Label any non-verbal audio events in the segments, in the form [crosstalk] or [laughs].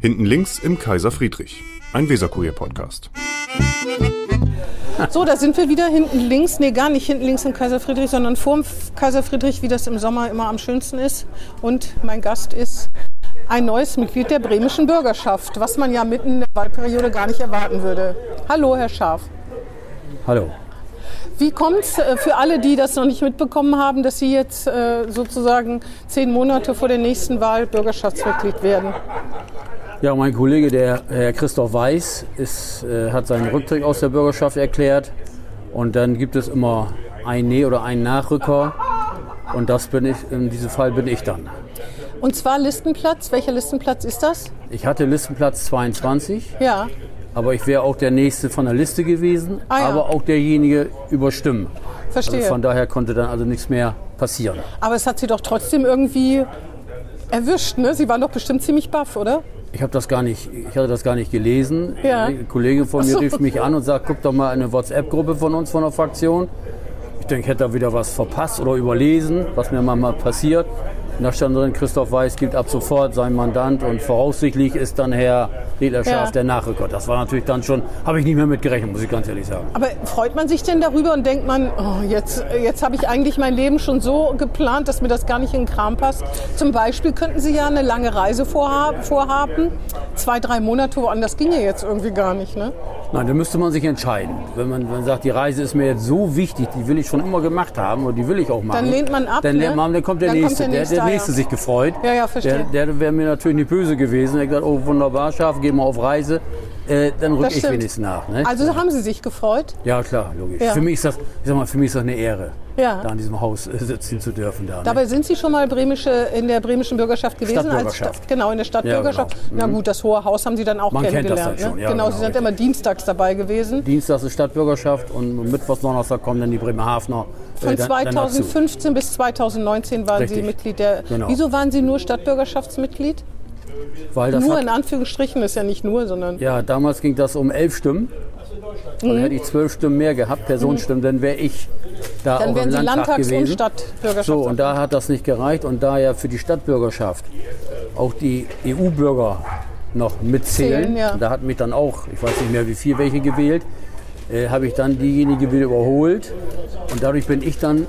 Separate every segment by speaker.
Speaker 1: Hinten links im Kaiser Friedrich, ein Weserkurier-Podcast.
Speaker 2: So, da sind wir wieder hinten links, nee, gar nicht hinten links im Kaiser Friedrich, sondern vorm F- Kaiser Friedrich, wie das im Sommer immer am schönsten ist. Und mein Gast ist ein neues Mitglied der bremischen Bürgerschaft, was man ja mitten in der Wahlperiode gar nicht erwarten würde. Hallo, Herr Schaf.
Speaker 3: Hallo.
Speaker 2: Wie kommt's äh, für alle, die das noch nicht mitbekommen haben, dass Sie jetzt äh, sozusagen zehn Monate vor der nächsten Wahl Bürgerschaftsmitglied werden?
Speaker 3: Ja, mein Kollege, der Herr Christoph Weiß, ist, äh, hat seinen Rücktritt aus der Bürgerschaft erklärt. Und dann gibt es immer ein Nee- oder einen Nachrücker. Und das bin ich, in diesem Fall bin ich dann.
Speaker 2: Und zwar Listenplatz. Welcher Listenplatz ist das?
Speaker 3: Ich hatte Listenplatz 22,
Speaker 2: Ja.
Speaker 3: aber ich wäre auch der Nächste von der Liste gewesen,
Speaker 2: Ah, ja.
Speaker 3: aber auch derjenige über Stimmen.
Speaker 2: Verstehe.
Speaker 3: Also von daher konnte dann also nichts mehr passieren.
Speaker 2: Aber es hat sie doch trotzdem irgendwie erwischt, ne? Sie waren doch bestimmt ziemlich baff, oder?
Speaker 3: Ich habe das gar nicht, ich hatte das gar nicht gelesen.
Speaker 2: Ja.
Speaker 3: Eine Kollegin von
Speaker 2: Ach
Speaker 3: mir
Speaker 2: so.
Speaker 3: rief mich an und sagt, guck doch mal in eine WhatsApp-Gruppe von uns, von der Fraktion. Ich denke, ich hätte da wieder was verpasst oder überlesen, was mir mal mal passiert. Und da stand drin, Christoph Weiß gibt ab sofort seinen Mandant und voraussichtlich ist dann Herr Redler Schaaf
Speaker 2: Ja.
Speaker 3: der Nachrücker. Das war natürlich dann schon, habe ich nicht mehr mitgerechnet, muss ich ganz ehrlich sagen.
Speaker 2: Aber freut man sich denn darüber und denkt man, oh, jetzt, jetzt habe ich eigentlich mein Leben schon so geplant, dass mir das gar nicht in den Kram passt? Zum Beispiel könnten Sie ja eine lange Reise vorha- vorhaben. Zwei, drei Monate woanders ginge jetzt irgendwie gar nicht, ne?
Speaker 3: Nein, da müsste man sich entscheiden. Wenn man, wenn man sagt, die Reise ist mir jetzt so wichtig, die will ich schon immer gemacht haben und die will ich auch machen.
Speaker 2: Dann lehnt man ab,
Speaker 3: Dann,
Speaker 2: ne?
Speaker 3: lehnt man, ab, dann kommt der
Speaker 2: Dann kommt
Speaker 3: Nächste.
Speaker 2: der Nächste,
Speaker 3: der,
Speaker 2: ja.
Speaker 3: der Nächste sich gefreut.
Speaker 2: Ja, ja, verstehe.
Speaker 3: Der, der wäre mir natürlich nicht böse gewesen. Der hat gesagt, oh wunderbar, scharf, gehen wir auf Reise. Äh, dann rück ich wenigstens nach. Ne?
Speaker 2: Also haben Sie sich gefreut?
Speaker 3: ja, klar, logisch.
Speaker 2: Ja.
Speaker 3: Für mich ist das, ich sag mal, für mich ist das eine Ehre,
Speaker 2: Ja.
Speaker 3: da in diesem Haus äh, sitzen zu dürfen. Da, ne?
Speaker 2: Dabei sind Sie schon mal bremische, in der bremischen Bürgerschaft gewesen. Als,
Speaker 3: Stadtbürgerschaft.
Speaker 2: Sta- genau, in der Stadtbürgerschaft.
Speaker 3: Ja, genau.
Speaker 2: Na gut, das Hohe Haus haben Sie dann auch
Speaker 3: Man kennt das
Speaker 2: kennengelernt.
Speaker 3: dann schon,
Speaker 2: ne?
Speaker 3: ja,
Speaker 2: genau,
Speaker 3: genau,
Speaker 2: Sie sind immer dienstags dabei gewesen.
Speaker 3: Dienstags ist Stadtbürgerschaft und Mittwochs, Donnerstag kommen dann die Bremerhavener. äh,
Speaker 2: Von
Speaker 3: dann- dann dazu.
Speaker 2: 2015 bis 2019 waren Sie
Speaker 3: Richtig.
Speaker 2: Mitglied der.
Speaker 3: Genau.
Speaker 2: Wieso waren Sie nur Stadtbürgerschaftsmitglied?
Speaker 3: Weil das
Speaker 2: nur
Speaker 3: hat-
Speaker 2: in Anführungsstrichen ist ja nicht nur, sondern.
Speaker 3: Ja, damals ging das um elf Stimmen. Dann hätte ich zwölf Stimmen mehr gehabt, Personenstimmen, dann wäre ich da
Speaker 2: Mhm. Dann
Speaker 3: auch im
Speaker 2: wären Sie
Speaker 3: Landtag
Speaker 2: Landtags- und
Speaker 3: gewesen.
Speaker 2: Stadtbürgerschaft.
Speaker 3: so, und da hat das nicht gereicht und da ja für die Stadtbürgerschaft auch die EU-Bürger noch mitzählen,
Speaker 2: Zählen, ja.
Speaker 3: da hat mich dann auch, ich weiß nicht mehr wie viel, welche gewählt, äh, habe ich dann diejenige wieder überholt und dadurch bin ich dann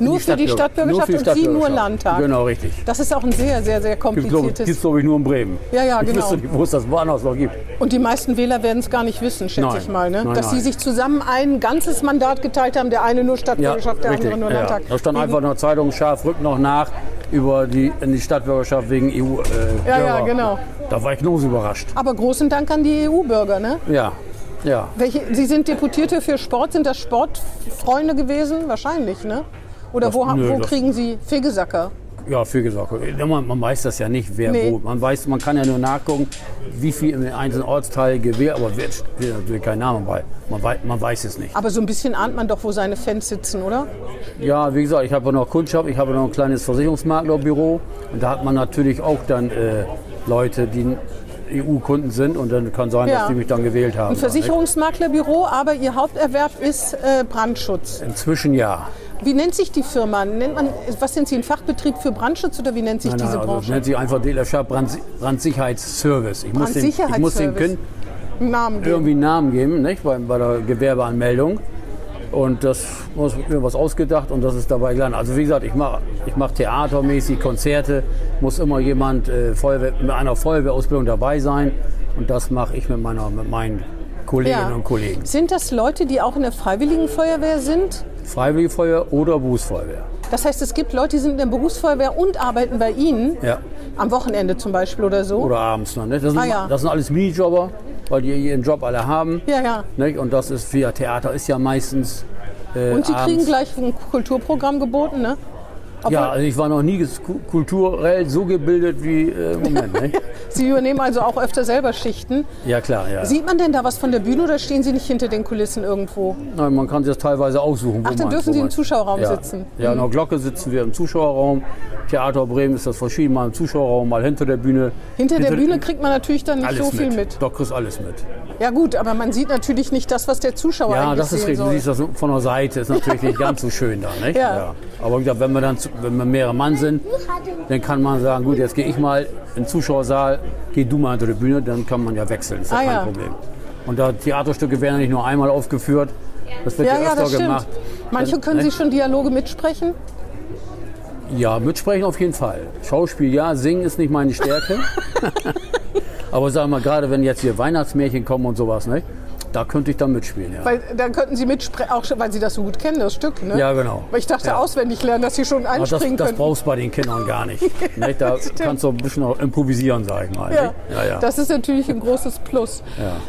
Speaker 2: nur für die
Speaker 3: nur
Speaker 2: Stadtbürgerschaft
Speaker 3: für die
Speaker 2: und Sie nur
Speaker 3: Stadtbürgerschaft.
Speaker 2: Landtag.
Speaker 3: Genau, richtig.
Speaker 2: Das ist auch ein sehr, sehr, sehr
Speaker 3: Gibt glaube
Speaker 2: kompliziertes.
Speaker 3: ich, glaub ich nur in Bremen.
Speaker 2: Ja, ja,
Speaker 3: Ich
Speaker 2: genau.
Speaker 3: wüsste nicht, wo es das woanders noch gibt.
Speaker 2: Und die meisten Wähler werden es gar nicht wissen, schätze
Speaker 3: Nein.
Speaker 2: ich mal. Ne?
Speaker 3: Nein,
Speaker 2: Dass sie
Speaker 3: nein.
Speaker 2: sich zusammen ein ganzes Mandat geteilt haben, der eine nur Stadtbürgerschaft, der andere nur
Speaker 3: ja.
Speaker 2: Landtag.
Speaker 3: Da stand einfach in der Zeitung scharf, rückt noch nach über die, in die Stadtbürgerschaft wegen EU. Äh,
Speaker 2: Ja, ja,
Speaker 3: Bürger.
Speaker 2: genau.
Speaker 3: Da war ich genauso überrascht.
Speaker 2: Aber großen Dank an die EU-Bürger. Ne?
Speaker 3: Ja, ja.
Speaker 2: Welche, sie sind Deputierte für Sport, sind das Sportfreunde gewesen? Wahrscheinlich, ne? Oder
Speaker 3: Das-
Speaker 2: wo, ha-
Speaker 3: nö,
Speaker 2: wo
Speaker 3: das-
Speaker 2: kriegen Sie Fegesacker?
Speaker 3: Ja, viel gesagt. Man, man weiß das ja nicht, wer
Speaker 2: Nee.
Speaker 3: wo. Man weiß, man kann ja nur nachgucken, wie viel im einzelnen Ortsteil gewählt, aber wer steht natürlich kein Name bei. Man weiß, man weiß es nicht.
Speaker 2: Aber so ein bisschen ahnt man doch, wo seine Fans sitzen, oder?
Speaker 3: Ja, wie gesagt, ich habe noch Kundschaft, ich habe noch ein kleines Versicherungsmaklerbüro und da hat man natürlich auch dann äh, Leute, die EU-Kunden sind und dann kann sein,
Speaker 2: Ja.
Speaker 3: dass die mich dann gewählt haben.
Speaker 2: Ein Versicherungsmaklerbüro, aber Ihr Haupterwerb ist äh, Brandschutz.
Speaker 3: Inzwischen ja.
Speaker 2: Wie nennt sich die Firma? Nennt man, was sind Sie, ein Fachbetrieb für Brandschutz oder wie nennt sich
Speaker 3: Nein,
Speaker 2: diese
Speaker 3: nein, also das
Speaker 2: Branche?
Speaker 3: nennt sich einfach DLFSH Brand, Brandsicherheitsservice. Ich muss, den, ich muss den
Speaker 2: Brandsicherheitsservice.
Speaker 3: Kunden
Speaker 2: Namen geben.
Speaker 3: irgendwie einen Namen geben, nicht? Bei, bei der Gewerbeanmeldung. Und das muss mir was ausgedacht und das ist dabei gelandet. Also wie gesagt, ich mache ich mach theatermäßig Konzerte, muss immer jemand äh, Feuerwehr, mit einer Feuerwehrausbildung dabei sein. Und das mache ich mit, meiner, mit meinen Kolleginnen und Kollegen.
Speaker 2: Sind das Leute, die auch in der Freiwilligen Feuerwehr sind?
Speaker 3: Freiwillige Feuer oder Bußfeuerwehr.
Speaker 2: Das heißt, es gibt Leute, die sind in der Berufsfeuerwehr und arbeiten bei Ihnen.
Speaker 3: Ja.
Speaker 2: Am Wochenende zum Beispiel oder so.
Speaker 3: Oder abends noch. Ne? Das, sind,
Speaker 2: Ah, ja.
Speaker 3: das sind alles Minijobber, weil die ihren Job alle haben.
Speaker 2: Ja, ja.
Speaker 3: Nicht? Und das ist via Theater ist ja meistens. Äh,
Speaker 2: und Sie kriegen
Speaker 3: abends.
Speaker 2: gleich ein Kulturprogramm geboten, ne? Obwohl,
Speaker 3: Ja, also ich war noch nie ges- ku- kulturell so gebildet wie äh, im Moment.
Speaker 2: [laughs]
Speaker 3: nicht?
Speaker 2: Sie übernehmen also auch öfter selber Schichten.
Speaker 3: Ja klar, ja.
Speaker 2: Sieht man denn da was von der Bühne oder stehen Sie nicht hinter den Kulissen irgendwo?
Speaker 3: Nein, man kann sich das teilweise aussuchen. wo
Speaker 2: Ach, dann
Speaker 3: man-
Speaker 2: dürfen
Speaker 3: wo
Speaker 2: Sie im
Speaker 3: man-
Speaker 2: Zuschauerraum
Speaker 3: ja.
Speaker 2: sitzen. Mhm.
Speaker 3: Ja, in der Glocke sitzen wir im Zuschauerraum. Theater Bremen ist das verschieden, mal im Zuschauerraum, mal hinter der Bühne.
Speaker 2: Hinter, der Bühne kriegt man natürlich dann nicht
Speaker 3: alles
Speaker 2: so viel mit.
Speaker 3: Doch, kriegst alles mit.
Speaker 2: Ja gut, aber man sieht natürlich nicht das, was der Zuschauer
Speaker 3: Ja,
Speaker 2: eigentlich
Speaker 3: das ist
Speaker 2: sehen
Speaker 3: richtig. Du
Speaker 2: soll.
Speaker 3: siehst das von der Seite, ist natürlich nicht ganz so schön da, nicht?
Speaker 2: Ja.
Speaker 3: Aber wie gesagt, wenn wir dann zu- das, wenn wir mehrere Mann sind, dann kann man sagen, gut, jetzt gehe ich mal in den Zuschauersaal, geh du mal hinter die Bühne, dann kann man ja wechseln, ist ja
Speaker 2: Ah,
Speaker 3: kein
Speaker 2: ja.
Speaker 3: Problem. Und da Theaterstücke werden ja nicht nur einmal aufgeführt, das wird ja,
Speaker 2: Ja, ja,
Speaker 3: öfter
Speaker 2: das stimmt.
Speaker 3: gemacht.
Speaker 2: Manche
Speaker 3: Dann-
Speaker 2: können
Speaker 3: ne?
Speaker 2: Sie schon Dialoge mitsprechen.
Speaker 3: Ja, mitsprechen auf jeden Fall. Schauspiel ja, singen ist nicht
Speaker 2: [laughs]
Speaker 3: meine Stärke. Aber sagen wir mal, gerade wenn jetzt hier Weihnachtsmärchen kommen und sowas, ne? da könnte ich dann mitspielen. Ja,
Speaker 2: Weil dann könnten Sie mitsprechen, auch schon, weil Sie das so gut kennen, das Stück. Ne?
Speaker 3: ja genau.
Speaker 2: Weil ich dachte,
Speaker 3: Ja.
Speaker 2: auswendig lernen, dass Sie schon
Speaker 3: Aber Ah, das,
Speaker 2: einspringen
Speaker 3: das
Speaker 2: können.
Speaker 3: brauchst du bei den Kindern gar nicht.
Speaker 2: [laughs]
Speaker 3: ne? Da kannst du ein bisschen auch improvisieren, sag ich mal.
Speaker 2: Ja.
Speaker 3: Ne? Ja, ja.
Speaker 2: Das ist natürlich ein großes Plus.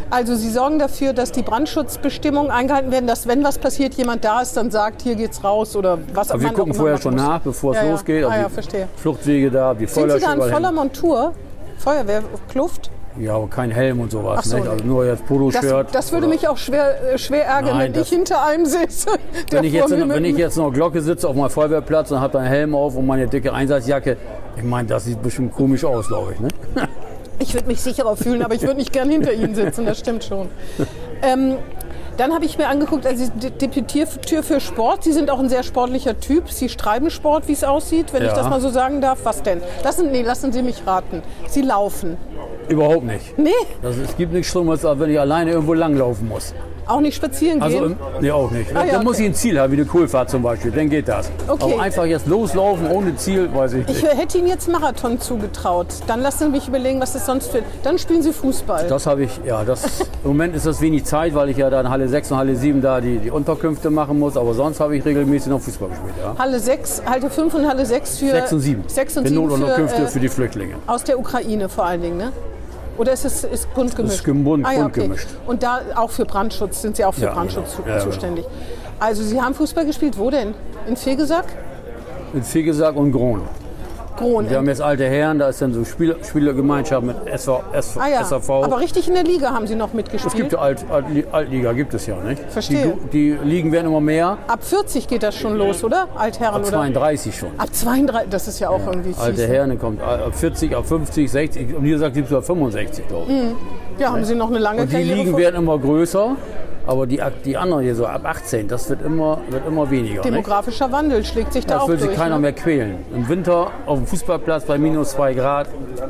Speaker 2: Also Sie sorgen dafür, dass die Brandschutzbestimmungen eingehalten werden, dass wenn was passiert, jemand da ist, dann sagt, hier geht's raus oder was
Speaker 3: Aber wir
Speaker 2: man auch
Speaker 3: gucken
Speaker 2: immer
Speaker 3: vorher
Speaker 2: machen
Speaker 3: schon
Speaker 2: muss.
Speaker 3: nach, bevor es
Speaker 2: Ja, ja.
Speaker 3: losgeht. ob
Speaker 2: Ah, ja,
Speaker 3: die
Speaker 2: verstehe.
Speaker 3: Fluchtwege da, ob die
Speaker 2: Sind Sie
Speaker 3: Feuerlöscher
Speaker 2: da in
Speaker 3: überall
Speaker 2: voller
Speaker 3: hin.
Speaker 2: Montur? Feuerwehr, Kluft?
Speaker 3: Ja, aber kein Helm und sowas.
Speaker 2: Ach so,
Speaker 3: nicht?
Speaker 2: nee.
Speaker 3: Also nur jetzt
Speaker 2: Das,
Speaker 3: Poloshirt.
Speaker 2: das würde
Speaker 3: oder-
Speaker 2: mich auch schwer, äh, schwer ärgern,
Speaker 3: Nein,
Speaker 2: wenn
Speaker 3: das-
Speaker 2: ich hinter einem sitze. der
Speaker 3: Wenn ich,
Speaker 2: vor
Speaker 3: jetzt
Speaker 2: mir
Speaker 3: in,
Speaker 2: mit
Speaker 3: wenn ich
Speaker 2: dem-
Speaker 3: jetzt noch Glocke sitze auf meinem Feuerwehrplatz und habe einen Helm auf und meine dicke Einsatzjacke, ich meine, das sieht bestimmt komisch aus, glaube ich. Ne?
Speaker 2: Ich würde mich sicherer fühlen, aber ich würde nicht gern hinter Ihnen sitzen, das stimmt schon. Ähm, dann habe ich mir angeguckt, also Sie sind Deputiertür für Sport. Sie sind auch ein sehr sportlicher Typ. Sie schreiben Sport, wie es aussieht, wenn ich
Speaker 3: Ja.
Speaker 2: das mal so sagen darf. Was denn? Lassen, nee, lassen Sie mich raten. Sie laufen. [laughs]
Speaker 3: Überhaupt nicht.
Speaker 2: Nee,
Speaker 3: Das, es gibt nichts Schlimmeres, als wenn ich alleine irgendwo langlaufen muss.
Speaker 2: auch nicht spazieren
Speaker 3: Also,
Speaker 2: gehen.
Speaker 3: im- nee, auch nicht.
Speaker 2: Ah, ja,
Speaker 3: Dann muss
Speaker 2: okay.
Speaker 3: ich ein Ziel haben, wie eine Kohlfahrt zum Beispiel, dann geht das.
Speaker 2: Okay.
Speaker 3: Aber einfach jetzt loslaufen ohne Ziel, weiß ich
Speaker 2: ich
Speaker 3: nicht.
Speaker 2: hätte Ihnen jetzt Marathon zugetraut. Dann lassen Sie mich überlegen, was das sonst für... Dann spielen Sie Fußball.
Speaker 3: Das habe ich, ja, das, im Moment ist das wenig Zeit, weil ich ja dann Halle 6 und Halle 7 da die, die Unterkünfte machen muss, aber sonst habe ich regelmäßig noch Fußball gespielt, ja.
Speaker 2: Halle 6, Halle 5 und Halle 6 für...
Speaker 3: 6 und 7.
Speaker 2: 6 und
Speaker 3: Die
Speaker 2: 7 für,
Speaker 3: Notunterkünfte
Speaker 2: äh,
Speaker 3: für die Flüchtlinge.
Speaker 2: Aus der Ukraine vor allen Dingen, ne? Oder ist es ist bunt gemischt? Ah
Speaker 3: Ist gem- bunt- bunt
Speaker 2: okay.
Speaker 3: gemischt.
Speaker 2: Und da auch für Brandschutz, sind Sie auch für
Speaker 3: Ja,
Speaker 2: Brandschutz
Speaker 3: genau.
Speaker 2: zu,
Speaker 3: Ja, genau.
Speaker 2: zuständig. Also Sie haben Fußball gespielt, wo denn? In Fegesack?
Speaker 3: In Fegesack und Gron.
Speaker 2: Grohn.
Speaker 3: Wir haben jetzt alte Herren, da ist dann so Spieler, Spielergemeinschaft mit SV, SV,
Speaker 2: ah ja,
Speaker 3: SAV.
Speaker 2: aber richtig in der Liga haben Sie noch mitgespielt.
Speaker 3: es gibt ja Alt, Alt, Altliga, gibt es ja, nicht?
Speaker 2: Verstehe.
Speaker 3: Die, die Ligen werden immer mehr,
Speaker 2: Ab 40 geht das schon los, oder? Altherren
Speaker 3: ab
Speaker 2: oder?
Speaker 3: 32 schon.
Speaker 2: Ab 32, das ist ja auch irgendwie fies. ne?
Speaker 3: Alte Herren, dann kommt äh, ab 40, ab 50, 60, und hier sagt es sogar 65, glaube ich.
Speaker 2: Mhm, Ja, haben Sie noch eine lange
Speaker 3: Und die
Speaker 2: Karriere
Speaker 3: Ligen
Speaker 2: vor-
Speaker 3: werden immer größer, aber die, die anderen hier so ab 18, das wird immer, wird immer weniger. nicht?
Speaker 2: Demografischer Wandel schlägt sich da
Speaker 3: Das
Speaker 2: auch
Speaker 3: will
Speaker 2: durch.
Speaker 3: sich keiner
Speaker 2: ne?
Speaker 3: mehr quälen. Im Winter auf dem Fußballplatz bei minus 2 Grad,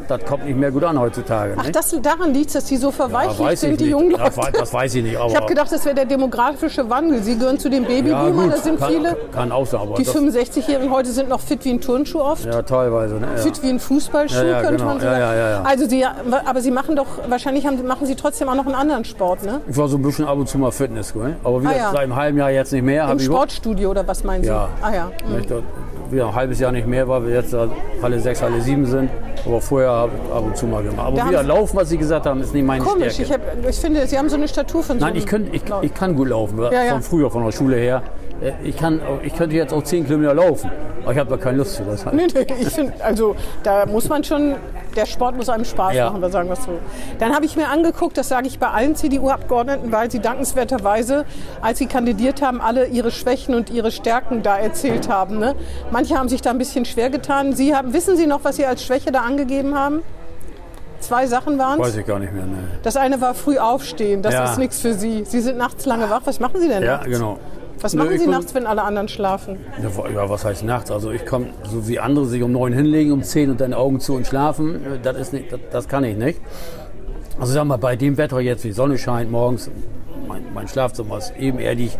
Speaker 3: das kommt nicht mehr gut an heutzutage.
Speaker 2: Ach,
Speaker 3: ne?
Speaker 2: das, daran liegt es, dass die so
Speaker 3: Ja,
Speaker 2: verweichlicht
Speaker 3: weiß ich
Speaker 2: sind, die
Speaker 3: nicht.
Speaker 2: jungen Leute.
Speaker 3: Das, wei- das weiß ich nicht. Aber
Speaker 2: Ich habe gedacht, das wäre der demografische Wandel. Sie gehören zu den
Speaker 3: ja,
Speaker 2: Babyboomern,
Speaker 3: gut,
Speaker 2: da sind
Speaker 3: kann,
Speaker 2: viele.
Speaker 3: Kann auch sein, aber
Speaker 2: Die
Speaker 3: das,
Speaker 2: 65-Jährigen heute sind noch fit wie ein Turnschuh oft.
Speaker 3: ja, teilweise. Ne? Ja.
Speaker 2: Fit wie ein Fußballschuh,
Speaker 3: Ja, ja,
Speaker 2: könnte
Speaker 3: genau.
Speaker 2: man
Speaker 3: Ja,
Speaker 2: sagen.
Speaker 3: ja, ja, ja.
Speaker 2: Also sie, aber sie machen doch, wahrscheinlich haben, machen sie trotzdem auch noch einen anderen Sport, ne?
Speaker 3: Ich war so ein bisschen ab und zu mal Fitness, ne? aber wie
Speaker 2: Ah,
Speaker 3: gesagt,
Speaker 2: ja.
Speaker 3: seit einem halben Jahr jetzt nicht mehr. hab
Speaker 2: Im
Speaker 3: ich-
Speaker 2: Sportstudio oder was meinen Sie?
Speaker 3: Ja.
Speaker 2: Ah ja.
Speaker 3: Ne, da- Wieder ein halbes Jahr nicht mehr, weil wir jetzt da Halle 6, Halle 7 sind. Aber vorher hab ich ab und zu mal gemacht. Aber
Speaker 2: Da
Speaker 3: wieder
Speaker 2: haben-
Speaker 3: laufen, was Sie gesagt haben, ist nicht meine
Speaker 2: Komisch, ich,
Speaker 3: Stärke.
Speaker 2: hab, ich finde, sie haben so eine Statur von so
Speaker 3: Nein, ich,
Speaker 2: einem-
Speaker 3: könnt, ich, ich kann gut laufen,
Speaker 2: Ja, ja.
Speaker 3: von früher, von der Schule her. Äh, Ich, kann, ich könnte jetzt auch 10 Kilometer laufen, aber ich habe da keine Lust zu. Das
Speaker 2: Nee, nee, [laughs] ich finde, also da muss man schon, der Sport muss einem Spaß
Speaker 3: Ja.
Speaker 2: machen, wir sagen was so. Dann habe ich mir angeguckt, das sage ich bei allen CDU-Abgeordneten, weil sie dankenswerterweise, als sie kandidiert haben, alle ihre Schwächen und ihre Stärken da erzählt haben. Ne? Manche haben sich da ein bisschen schwer getan. Sie haben, wissen Sie noch, was Sie als Schwäche da angegeben haben? Zwei Sachen waren
Speaker 3: weiß ich gar nicht mehr. Ne.
Speaker 2: Das eine war früh aufstehen, das
Speaker 3: Ja.
Speaker 2: ist nichts für Sie. Sie sind nachts lange wach, was machen Sie denn
Speaker 3: Ja,
Speaker 2: nachts?
Speaker 3: genau.
Speaker 2: Was
Speaker 3: Nö,
Speaker 2: machen
Speaker 3: ich
Speaker 2: Sie
Speaker 3: bin-
Speaker 2: nachts, wenn alle anderen schlafen?
Speaker 3: Ja, wa- ja, was heißt nachts? Also ich komme, so wie andere sich um neun hinlegen, um zehn und dann Augen zu und schlafen, äh, das, ist nicht, das, das kann ich nicht. Also sag mal, bei dem Wetter jetzt, wie Sonne scheint morgens, mein, mein Schlafzimmer ist ebenerdig,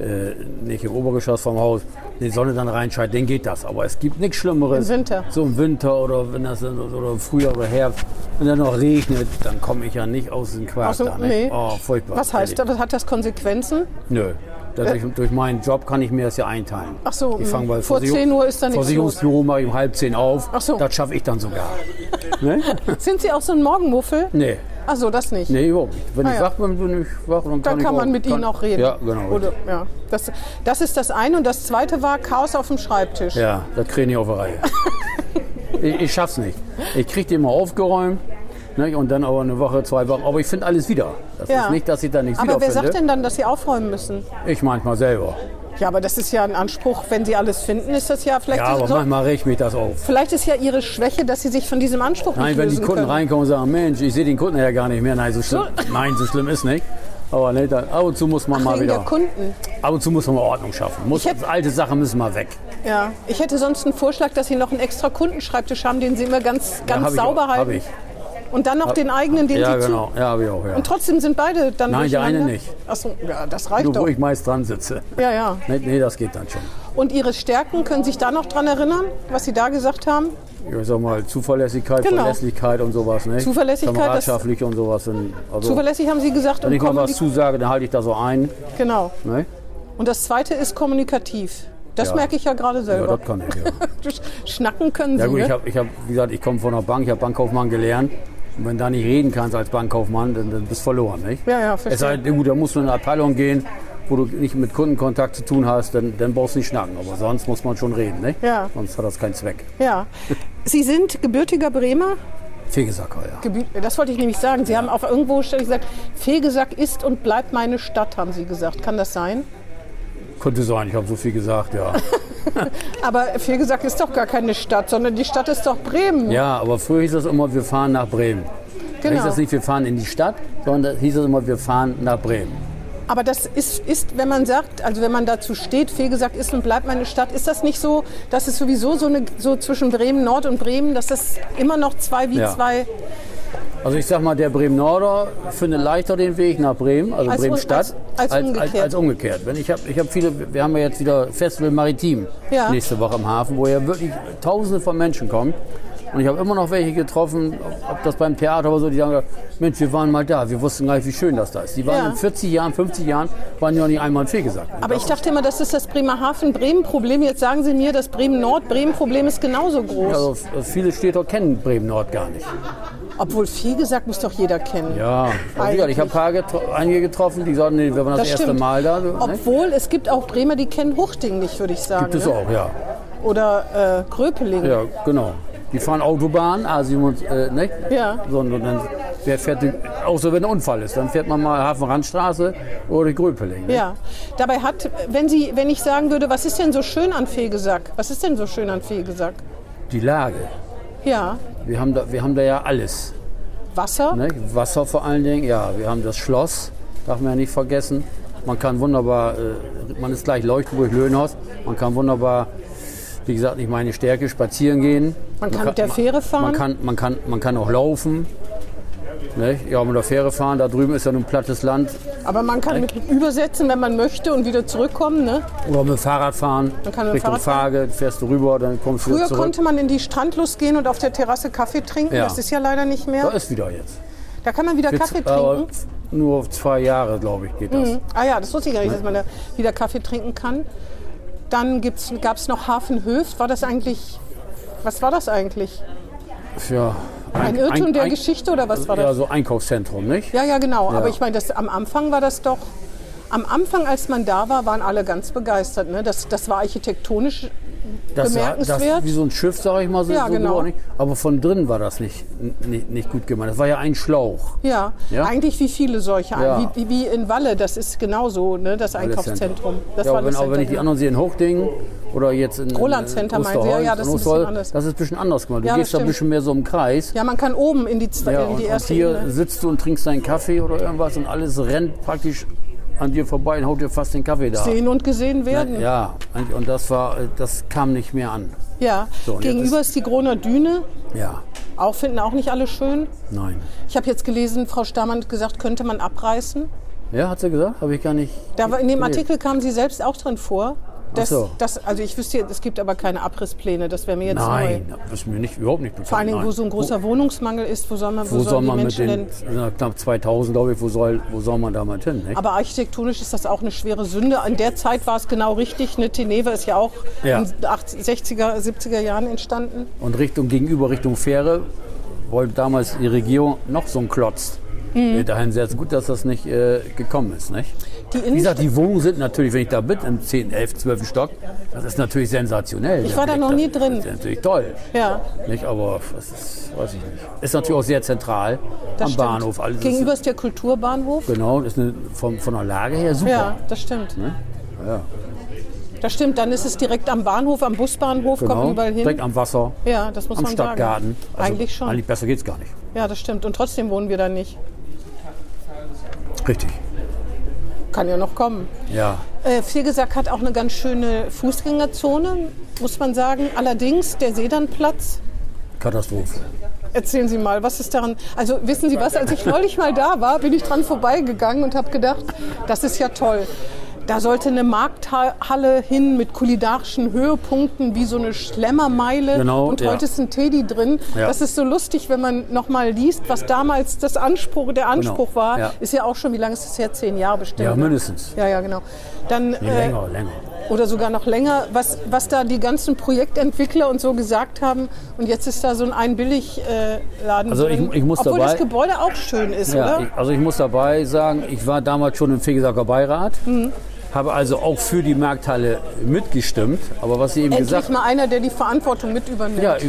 Speaker 3: äh, nicht im Obergeschoss vom Haus, die Sonne dann reinscheint, dann geht das. Aber es gibt nichts Schlimmeres.
Speaker 2: Im Winter.
Speaker 3: So im Winter oder wenn das dann- oder im Frühjahr oder Herbst, wenn dann noch regnet, dann komme ich ja nicht aus dem Quark.
Speaker 2: Aus dem-
Speaker 3: da, nicht?
Speaker 2: nee.
Speaker 3: Oh, furchtbar.
Speaker 2: Was heißt
Speaker 3: Ehrlich.
Speaker 2: das? Hat das Konsequenzen?
Speaker 3: Nö. Dadurch, durch meinen Job kann ich mir das ja einteilen.
Speaker 2: Äh? Ach so, hm.
Speaker 3: ich fang bei
Speaker 2: vor
Speaker 3: Versicherung-
Speaker 2: 10 Uhr ist dann nichts
Speaker 3: Versicherungsbüro mache ich um halb zehn auf.
Speaker 2: Ach so.
Speaker 3: Das schaffe ich dann sogar. ne?
Speaker 2: Sind Sie auch so ein Morgenmuffel?
Speaker 3: Nee.
Speaker 2: Ach so, das nicht.
Speaker 3: Nee, überhaupt nicht. Wenn
Speaker 2: Ah,
Speaker 3: ich
Speaker 2: ja.
Speaker 3: wach bin, bin ich wach. Dann kann,
Speaker 2: Dann
Speaker 3: ich
Speaker 2: kann
Speaker 3: auch,
Speaker 2: man mit Ihnen auch reden.
Speaker 3: Ja, genau.
Speaker 2: Oder, ja. Das, das ist das eine. Und das zweite war Chaos auf dem Schreibtisch.
Speaker 3: Ja, das kriege ich nicht auf
Speaker 2: [laughs]
Speaker 3: der Reihe. ich, ich schaff's nicht. Ich kriege die immer aufgeräumt. Ne, und dann aber eine Woche, zwei Wochen. Aber ich finde alles wieder. Das
Speaker 2: Ja.
Speaker 3: ist nicht, dass ich da nichts
Speaker 2: Aber wer
Speaker 3: wiederfinde.
Speaker 2: sagt denn dann, dass Sie aufräumen müssen?
Speaker 3: Ich manchmal selber.
Speaker 2: Ja, aber das ist ja ein Anspruch. Wenn Sie alles finden, ist das ja vielleicht.
Speaker 3: Ja, aber
Speaker 2: so,
Speaker 3: manchmal regt mich das auf.
Speaker 2: vielleicht ist ja Ihre Schwäche, dass Sie sich von diesem Anspruch
Speaker 3: Nein,
Speaker 2: nicht
Speaker 3: wenn die
Speaker 2: lösen
Speaker 3: Kunden
Speaker 2: können.
Speaker 3: reinkommen und sagen, Mensch, ich sehe den Kunden ja gar nicht mehr. Nein, so schlimm, nein, so schlimm ist nicht. Aber ne, da, ab und zu muss man mal
Speaker 2: Wegen
Speaker 3: wieder.
Speaker 2: der Kunden.
Speaker 3: Ab und zu muss man mal Ordnung schaffen. Muss,
Speaker 2: Ich hätt-
Speaker 3: alte Sachen müssen mal weg.
Speaker 2: Ja, ich hätte sonst einen Vorschlag, dass Sie noch einen extra Kundenschreibtisch haben, den Sie immer ganz, ganz
Speaker 3: hab ich
Speaker 2: sauber
Speaker 3: auch, hab
Speaker 2: halten.
Speaker 3: ich.
Speaker 2: Und dann noch den eigenen, den
Speaker 3: ja,
Speaker 2: Sie
Speaker 3: genau. Ja, habe ich auch. Ja.
Speaker 2: zu. Trotzdem sind beide dann
Speaker 3: Nein, der eine
Speaker 2: durcheinander?
Speaker 3: nicht.
Speaker 2: Ach so, ja, das reicht
Speaker 3: Nur,
Speaker 2: doch.
Speaker 3: wo ich meist dran sitze.
Speaker 2: Ja, ja.
Speaker 3: Nee, nee, das geht dann schon.
Speaker 2: Und Ihre Stärken, können Sie sich da noch dran erinnern, was Sie da gesagt haben?
Speaker 3: Ich sag mal, Zuverlässigkeit,
Speaker 2: Genau.
Speaker 3: Verlässlichkeit und sowas. Ne?
Speaker 2: Zuverlässigkeit, das-
Speaker 3: Kameradschaftlich und sowas. Sind, also,
Speaker 2: Zuverlässig haben Sie gesagt
Speaker 3: wenn
Speaker 2: und
Speaker 3: ich mal was
Speaker 2: kommunikativ.
Speaker 3: zusage, dann halte ich das so ein.
Speaker 2: Genau.
Speaker 3: Ne?
Speaker 2: Und das zweite ist kommunikativ. Das
Speaker 3: Ja.
Speaker 2: merke ich ja gerade
Speaker 3: Ja,
Speaker 2: selber. [laughs]
Speaker 3: das kann ich. Ja,
Speaker 2: Schnacken können
Speaker 3: ja
Speaker 2: Sie.
Speaker 3: gut,
Speaker 2: ne?
Speaker 3: ich habe, ich hab, wie gesagt, ich komme von der Bank, ich habe Bankkaufmann gelernt. Und wenn du da nicht reden kannst als Bankkaufmann, dann, dann bist du verloren. Nicht?
Speaker 2: Ja, ja,
Speaker 3: es
Speaker 2: verstehe.
Speaker 3: sei denn, gut, da musst du in eine Abteilung gehen, wo du nicht mit Kundenkontakt zu tun hast, dann, dann brauchst du nicht schnacken. Aber sonst muss man schon reden. Nicht?
Speaker 2: Ja.
Speaker 3: Sonst hat das keinen Zweck.
Speaker 2: ja. Sie sind gebürtiger Bremer.
Speaker 3: Fegesacker, ja.
Speaker 2: Gebü das wollte ich nämlich sagen. Sie haben auf irgendwo Stelle gesagt, Fegesack ist und bleibt meine Stadt, haben Sie gesagt. Kann das sein?
Speaker 3: Könnte sein, ich habe so viel
Speaker 2: [laughs]
Speaker 3: gesagt, ja.
Speaker 2: Aber Fegesack ist doch gar keine Stadt, sondern die Stadt ist doch Bremen.
Speaker 3: Ja, aber früher hieß es immer, wir fahren nach Bremen. Da
Speaker 2: Genau.
Speaker 3: hieß es nicht, wir fahren in die Stadt, sondern da hieß es immer, wir fahren nach Bremen.
Speaker 2: Aber das ist, ist, wenn man sagt, also wenn man dazu steht, Fegesack ist und bleibt meine Stadt, ist das nicht so, dass es sowieso so, eine, so zwischen Bremen Nord und Bremen, dass das immer noch zwei wie
Speaker 3: Ja.
Speaker 2: zwei
Speaker 3: Also ich sag mal, der Bremen-Norder findet leichter den Weg nach Bremen, also
Speaker 2: Als
Speaker 3: Bremen-Stadt,
Speaker 2: un- als- als
Speaker 3: als,
Speaker 2: umgekehrt.
Speaker 3: als umgekehrt. Wenn ich habe ich hab viele, wir haben ja jetzt wieder Festival Maritim
Speaker 2: Ja.
Speaker 3: nächste Woche am Hafen, wo ja wirklich Tausende von Menschen kommen. Und ich habe immer noch welche getroffen, ob- ob das beim Theater oder so, die sagen, Mensch, wir waren mal da, wir wussten gar nicht, wie schön das da ist. Die waren
Speaker 2: Ja.
Speaker 3: in 40 Jahren, 50 Jahren, waren ja nicht einmal in Fee gesagt.
Speaker 2: Aber ich dachte immer, das ist das Bremerhaven-Bremen-Problem. Jetzt sagen Sie mir, das Bremen-Nord-Bremen-Problem ist genauso groß.
Speaker 3: Also viele Städter kennen Bremen-Nord gar nicht.
Speaker 2: Obwohl viel gesagt muss doch jeder kennen.
Speaker 3: Ja, aber wie gesagt, ich habe paar getro einige getroffen, die sagten, nee, wir waren das,
Speaker 2: Das
Speaker 3: erste
Speaker 2: stimmt.
Speaker 3: Mal da. so, Ne?
Speaker 2: Obwohl es gibt auch Bremer, die kennen Huchting nicht, würde ich sagen.
Speaker 3: Gibt es
Speaker 2: ne?
Speaker 3: auch, ja.
Speaker 2: Oder äh, Gröpeling.
Speaker 3: Ja, genau. Die fahren Autobahn, A7, äh, ne?
Speaker 2: Ja.
Speaker 3: So, und dann, wer fährt, die- außer wenn ein Unfall ist, dann fährt man mal Hafenrandstraße oder die Gröpeling. Ne?
Speaker 2: Ja. Dabei hat, wenn Sie, wenn ich sagen würde, was ist denn so schön an Fegesack? Was ist denn so schön an Fegesack?
Speaker 3: Die Lage.
Speaker 2: Ja.
Speaker 3: Wir haben da, wir haben da ja alles.
Speaker 2: Wasser?
Speaker 3: Ne? Wasser vor allen Dingen, ja. Wir haben das Schloss, darf man ja nicht vergessen. Man kann wunderbar, äh, man ist gleich Leuchtenburg, Löhnhaus. Man kann wunderbar, wie gesagt, nicht meine Stärke, spazieren gehen.
Speaker 2: Man kann mit der Fähre fahren?
Speaker 3: Man kann, man kann, man kann auch laufen. Ne? Ja, mit der Fähre fahren, da drüben ist ja nun plattes Land.
Speaker 2: Aber man kann mit übersetzen, wenn man möchte und wieder zurückkommen. Ne?
Speaker 3: Oder mit dem Fahrrad fahren,
Speaker 2: Man kann mit dem
Speaker 3: Richtung
Speaker 2: Fahrrad fahren.
Speaker 3: Farge, fährst du rüber, dann kommst du wieder
Speaker 2: Früher
Speaker 3: zurück.
Speaker 2: konnte man in die Strandlust gehen und auf der Terrasse Kaffee trinken.
Speaker 3: Ja.
Speaker 2: Das ist ja leider nicht
Speaker 3: da
Speaker 2: mehr.
Speaker 3: ist wieder jetzt.
Speaker 2: Da kann man wieder Kaffee
Speaker 3: Jetzt, äh, aber
Speaker 2: trinken.
Speaker 3: nur zwei Jahre, glaube ich, geht das.
Speaker 2: Ah ja, das wusste ich gar nicht, dass
Speaker 3: Ne?
Speaker 2: man da wieder Kaffee trinken kann. Dann gab es noch Hafenhöft. War das eigentlich, was war das eigentlich?
Speaker 3: Ja,
Speaker 2: Ein Irrtum der Geschichte oder was war das?
Speaker 3: Ja, so Einkaufszentrum, nicht?
Speaker 2: Ja, ja, genau.
Speaker 3: Ja.
Speaker 2: Aber ich meine, das- am Anfang war das doch. Am Anfang, als man da war, waren alle ganz begeistert. Ne? Das, das war architektonisch
Speaker 3: Das war das
Speaker 2: bemerkenswert.
Speaker 3: wie so ein Schiff, sage ich mal so.
Speaker 2: Ja,
Speaker 3: so
Speaker 2: genau.
Speaker 3: geworden, nicht? Aber von drin war das nicht, n- nicht, nicht gut gemeint. Das war ja ein Schlauch.
Speaker 2: ja.
Speaker 3: Ja?
Speaker 2: eigentlich wie viele solche.
Speaker 3: Ja.
Speaker 2: Wie, wie, wie in Walle, das ist genauso, ne? das Einkaufszentrum. Das
Speaker 3: ja,
Speaker 2: war
Speaker 3: aber wenn,
Speaker 2: das
Speaker 3: aber wenn ich die
Speaker 2: Zentrum.
Speaker 3: anderen sehe in Hochdingen oder jetzt in, in
Speaker 2: Roland Center meinen Sie? Ja, ja,
Speaker 3: Osterholz,
Speaker 2: das ist
Speaker 3: in
Speaker 2: ein bisschen
Speaker 3: Osterholz,
Speaker 2: anders.
Speaker 3: Das ist ein bisschen anders gemacht. Du
Speaker 2: Ja, das
Speaker 3: gehst da ein
Speaker 2: stimmt.
Speaker 3: bisschen mehr so im Kreis.
Speaker 2: ja, man kann oben in die, zwei,
Speaker 3: Ja,
Speaker 2: in
Speaker 3: und,
Speaker 2: die
Speaker 3: und
Speaker 2: erste
Speaker 3: hier
Speaker 2: Ebene.
Speaker 3: sitzt du und trinkst deinen Kaffee oder irgendwas und alles rennt praktisch an dir vorbei und haut dir fast den Kaffee da.
Speaker 2: sehen und gesehen werden.
Speaker 3: Ja, und, und das war, das kam nicht mehr an.
Speaker 2: Ja.
Speaker 3: So, und jetzt
Speaker 2: Gegenüber ist die Groner Düne.
Speaker 3: Ja,
Speaker 2: Auch finden auch nicht alle schön.
Speaker 3: nein.
Speaker 2: Ich habe jetzt gelesen, Frau Stammann hat gesagt, könnte man abreißen.
Speaker 3: Ja, hat sie gesagt? Habe ich gar nicht.
Speaker 2: Da war, in dem
Speaker 3: Nee.
Speaker 2: Artikel kam sie selbst auch drin vor. Dass,
Speaker 3: so.
Speaker 2: dass, also ich wüsste, jetzt, es gibt aber keine Abrisspläne, das wäre mir jetzt neu.
Speaker 3: Nein, das ist mir nicht, überhaupt nicht bekannt.
Speaker 2: Vor allen Dingen,
Speaker 3: nein.
Speaker 2: wo so ein großer Wohnungsmangel ist, wo soll man, wo
Speaker 3: wo, wo soll
Speaker 2: sollen
Speaker 3: man
Speaker 2: die
Speaker 3: mit
Speaker 2: Menschen
Speaker 3: den,
Speaker 2: denn?
Speaker 3: na, knapp 2000, glaube ich, wo soll, wo soll man damit hin? Nicht?
Speaker 2: Aber architektonisch ist das auch eine schwere Sünde. In der Zeit war es genau richtig. Ne, Teneva ist ja auch
Speaker 3: Ja.
Speaker 2: in den 80 60er, 70er Jahren entstanden.
Speaker 3: Und Richtung gegenüber, Richtung Fähre, wollte damals die Regierung noch so einen Klotz mhm. dahin setzen. Gut, dass das nicht äh, gekommen ist. Nicht?
Speaker 2: Die
Speaker 3: Wie gesagt,
Speaker 2: Innenstadt,
Speaker 3: die Wohnungen sind natürlich, wenn ich da bin, im 10., 11., 12. Stock, das ist natürlich sensationell.
Speaker 2: Ich war da noch nie drin.
Speaker 3: Das ist natürlich toll.
Speaker 2: ja,
Speaker 3: Nicht, aber das ist, weiß ich nicht. Ist natürlich auch sehr zentral
Speaker 2: das
Speaker 3: am
Speaker 2: stimmt.
Speaker 3: Bahnhof. Alles
Speaker 2: Gegenüber ist der Kulturbahnhof.
Speaker 3: Ist, genau, ist eine, von, von der Lage her super.
Speaker 2: Ja, das stimmt.
Speaker 3: Ne? Ja,
Speaker 2: Das stimmt. Dann ist es direkt am Bahnhof, am Busbahnhof, kommt überall hin.
Speaker 3: Genau. Direkt am Wasser,
Speaker 2: ja, das muss
Speaker 3: am
Speaker 2: man sagen.
Speaker 3: Stadtgarten.
Speaker 2: ne?
Speaker 3: Also
Speaker 2: eigentlich schon.
Speaker 3: Eigentlich besser geht's gar nicht.
Speaker 2: Ja, das stimmt. Und trotzdem wohnen wir da nicht.
Speaker 3: Richtig.
Speaker 2: kann ja noch kommen.
Speaker 3: Ja.
Speaker 2: Äh, Viergesack hat auch eine ganz schöne Fußgängerzone, muss man sagen. Allerdings der Sedanplatz.
Speaker 3: Katastrophe.
Speaker 2: Erzählen Sie mal, was ist daran? Also wissen Sie was? Als ich neulich mal da war, bin ich dran vorbeigegangen und habe gedacht, das ist ja toll. Da sollte eine Markthalle hin mit kulinarischen Höhepunkten wie so eine Schlemmermeile.
Speaker 3: Genau,
Speaker 2: und
Speaker 3: ja.
Speaker 2: heute ist ein Teddy drin.
Speaker 3: Ja.
Speaker 2: Das ist so lustig, wenn man nochmal liest, was damals das Anspruch, der Anspruch
Speaker 3: Genau,
Speaker 2: war.
Speaker 3: ja.
Speaker 2: Ist ja auch schon, wie lange ist das her? Zehn Jahre bestimmt.
Speaker 3: Ja,
Speaker 2: ne?
Speaker 3: mindestens.
Speaker 2: Ja, ja, genau. Dann,
Speaker 3: Nee,
Speaker 2: äh,
Speaker 3: länger, länger.
Speaker 2: oder sogar noch länger, was, was da die ganzen Projektentwickler und so gesagt haben. Und jetzt ist da so ein Einbillig-Laden.
Speaker 3: Also ich- ich muss
Speaker 2: Obwohl
Speaker 3: dabei-
Speaker 2: das Gebäude auch schön ist,
Speaker 3: Ja,
Speaker 2: oder?
Speaker 3: ich, also ich muss dabei sagen, ich war damals schon im Fegesacker Beirat,
Speaker 2: Mhm.
Speaker 3: habe also auch für die Markthalle mitgestimmt. Aber was Sie eben
Speaker 2: Endlich
Speaker 3: gesagt
Speaker 2: mal einer, der die Verantwortung mit übernimmt.
Speaker 3: ja, ich-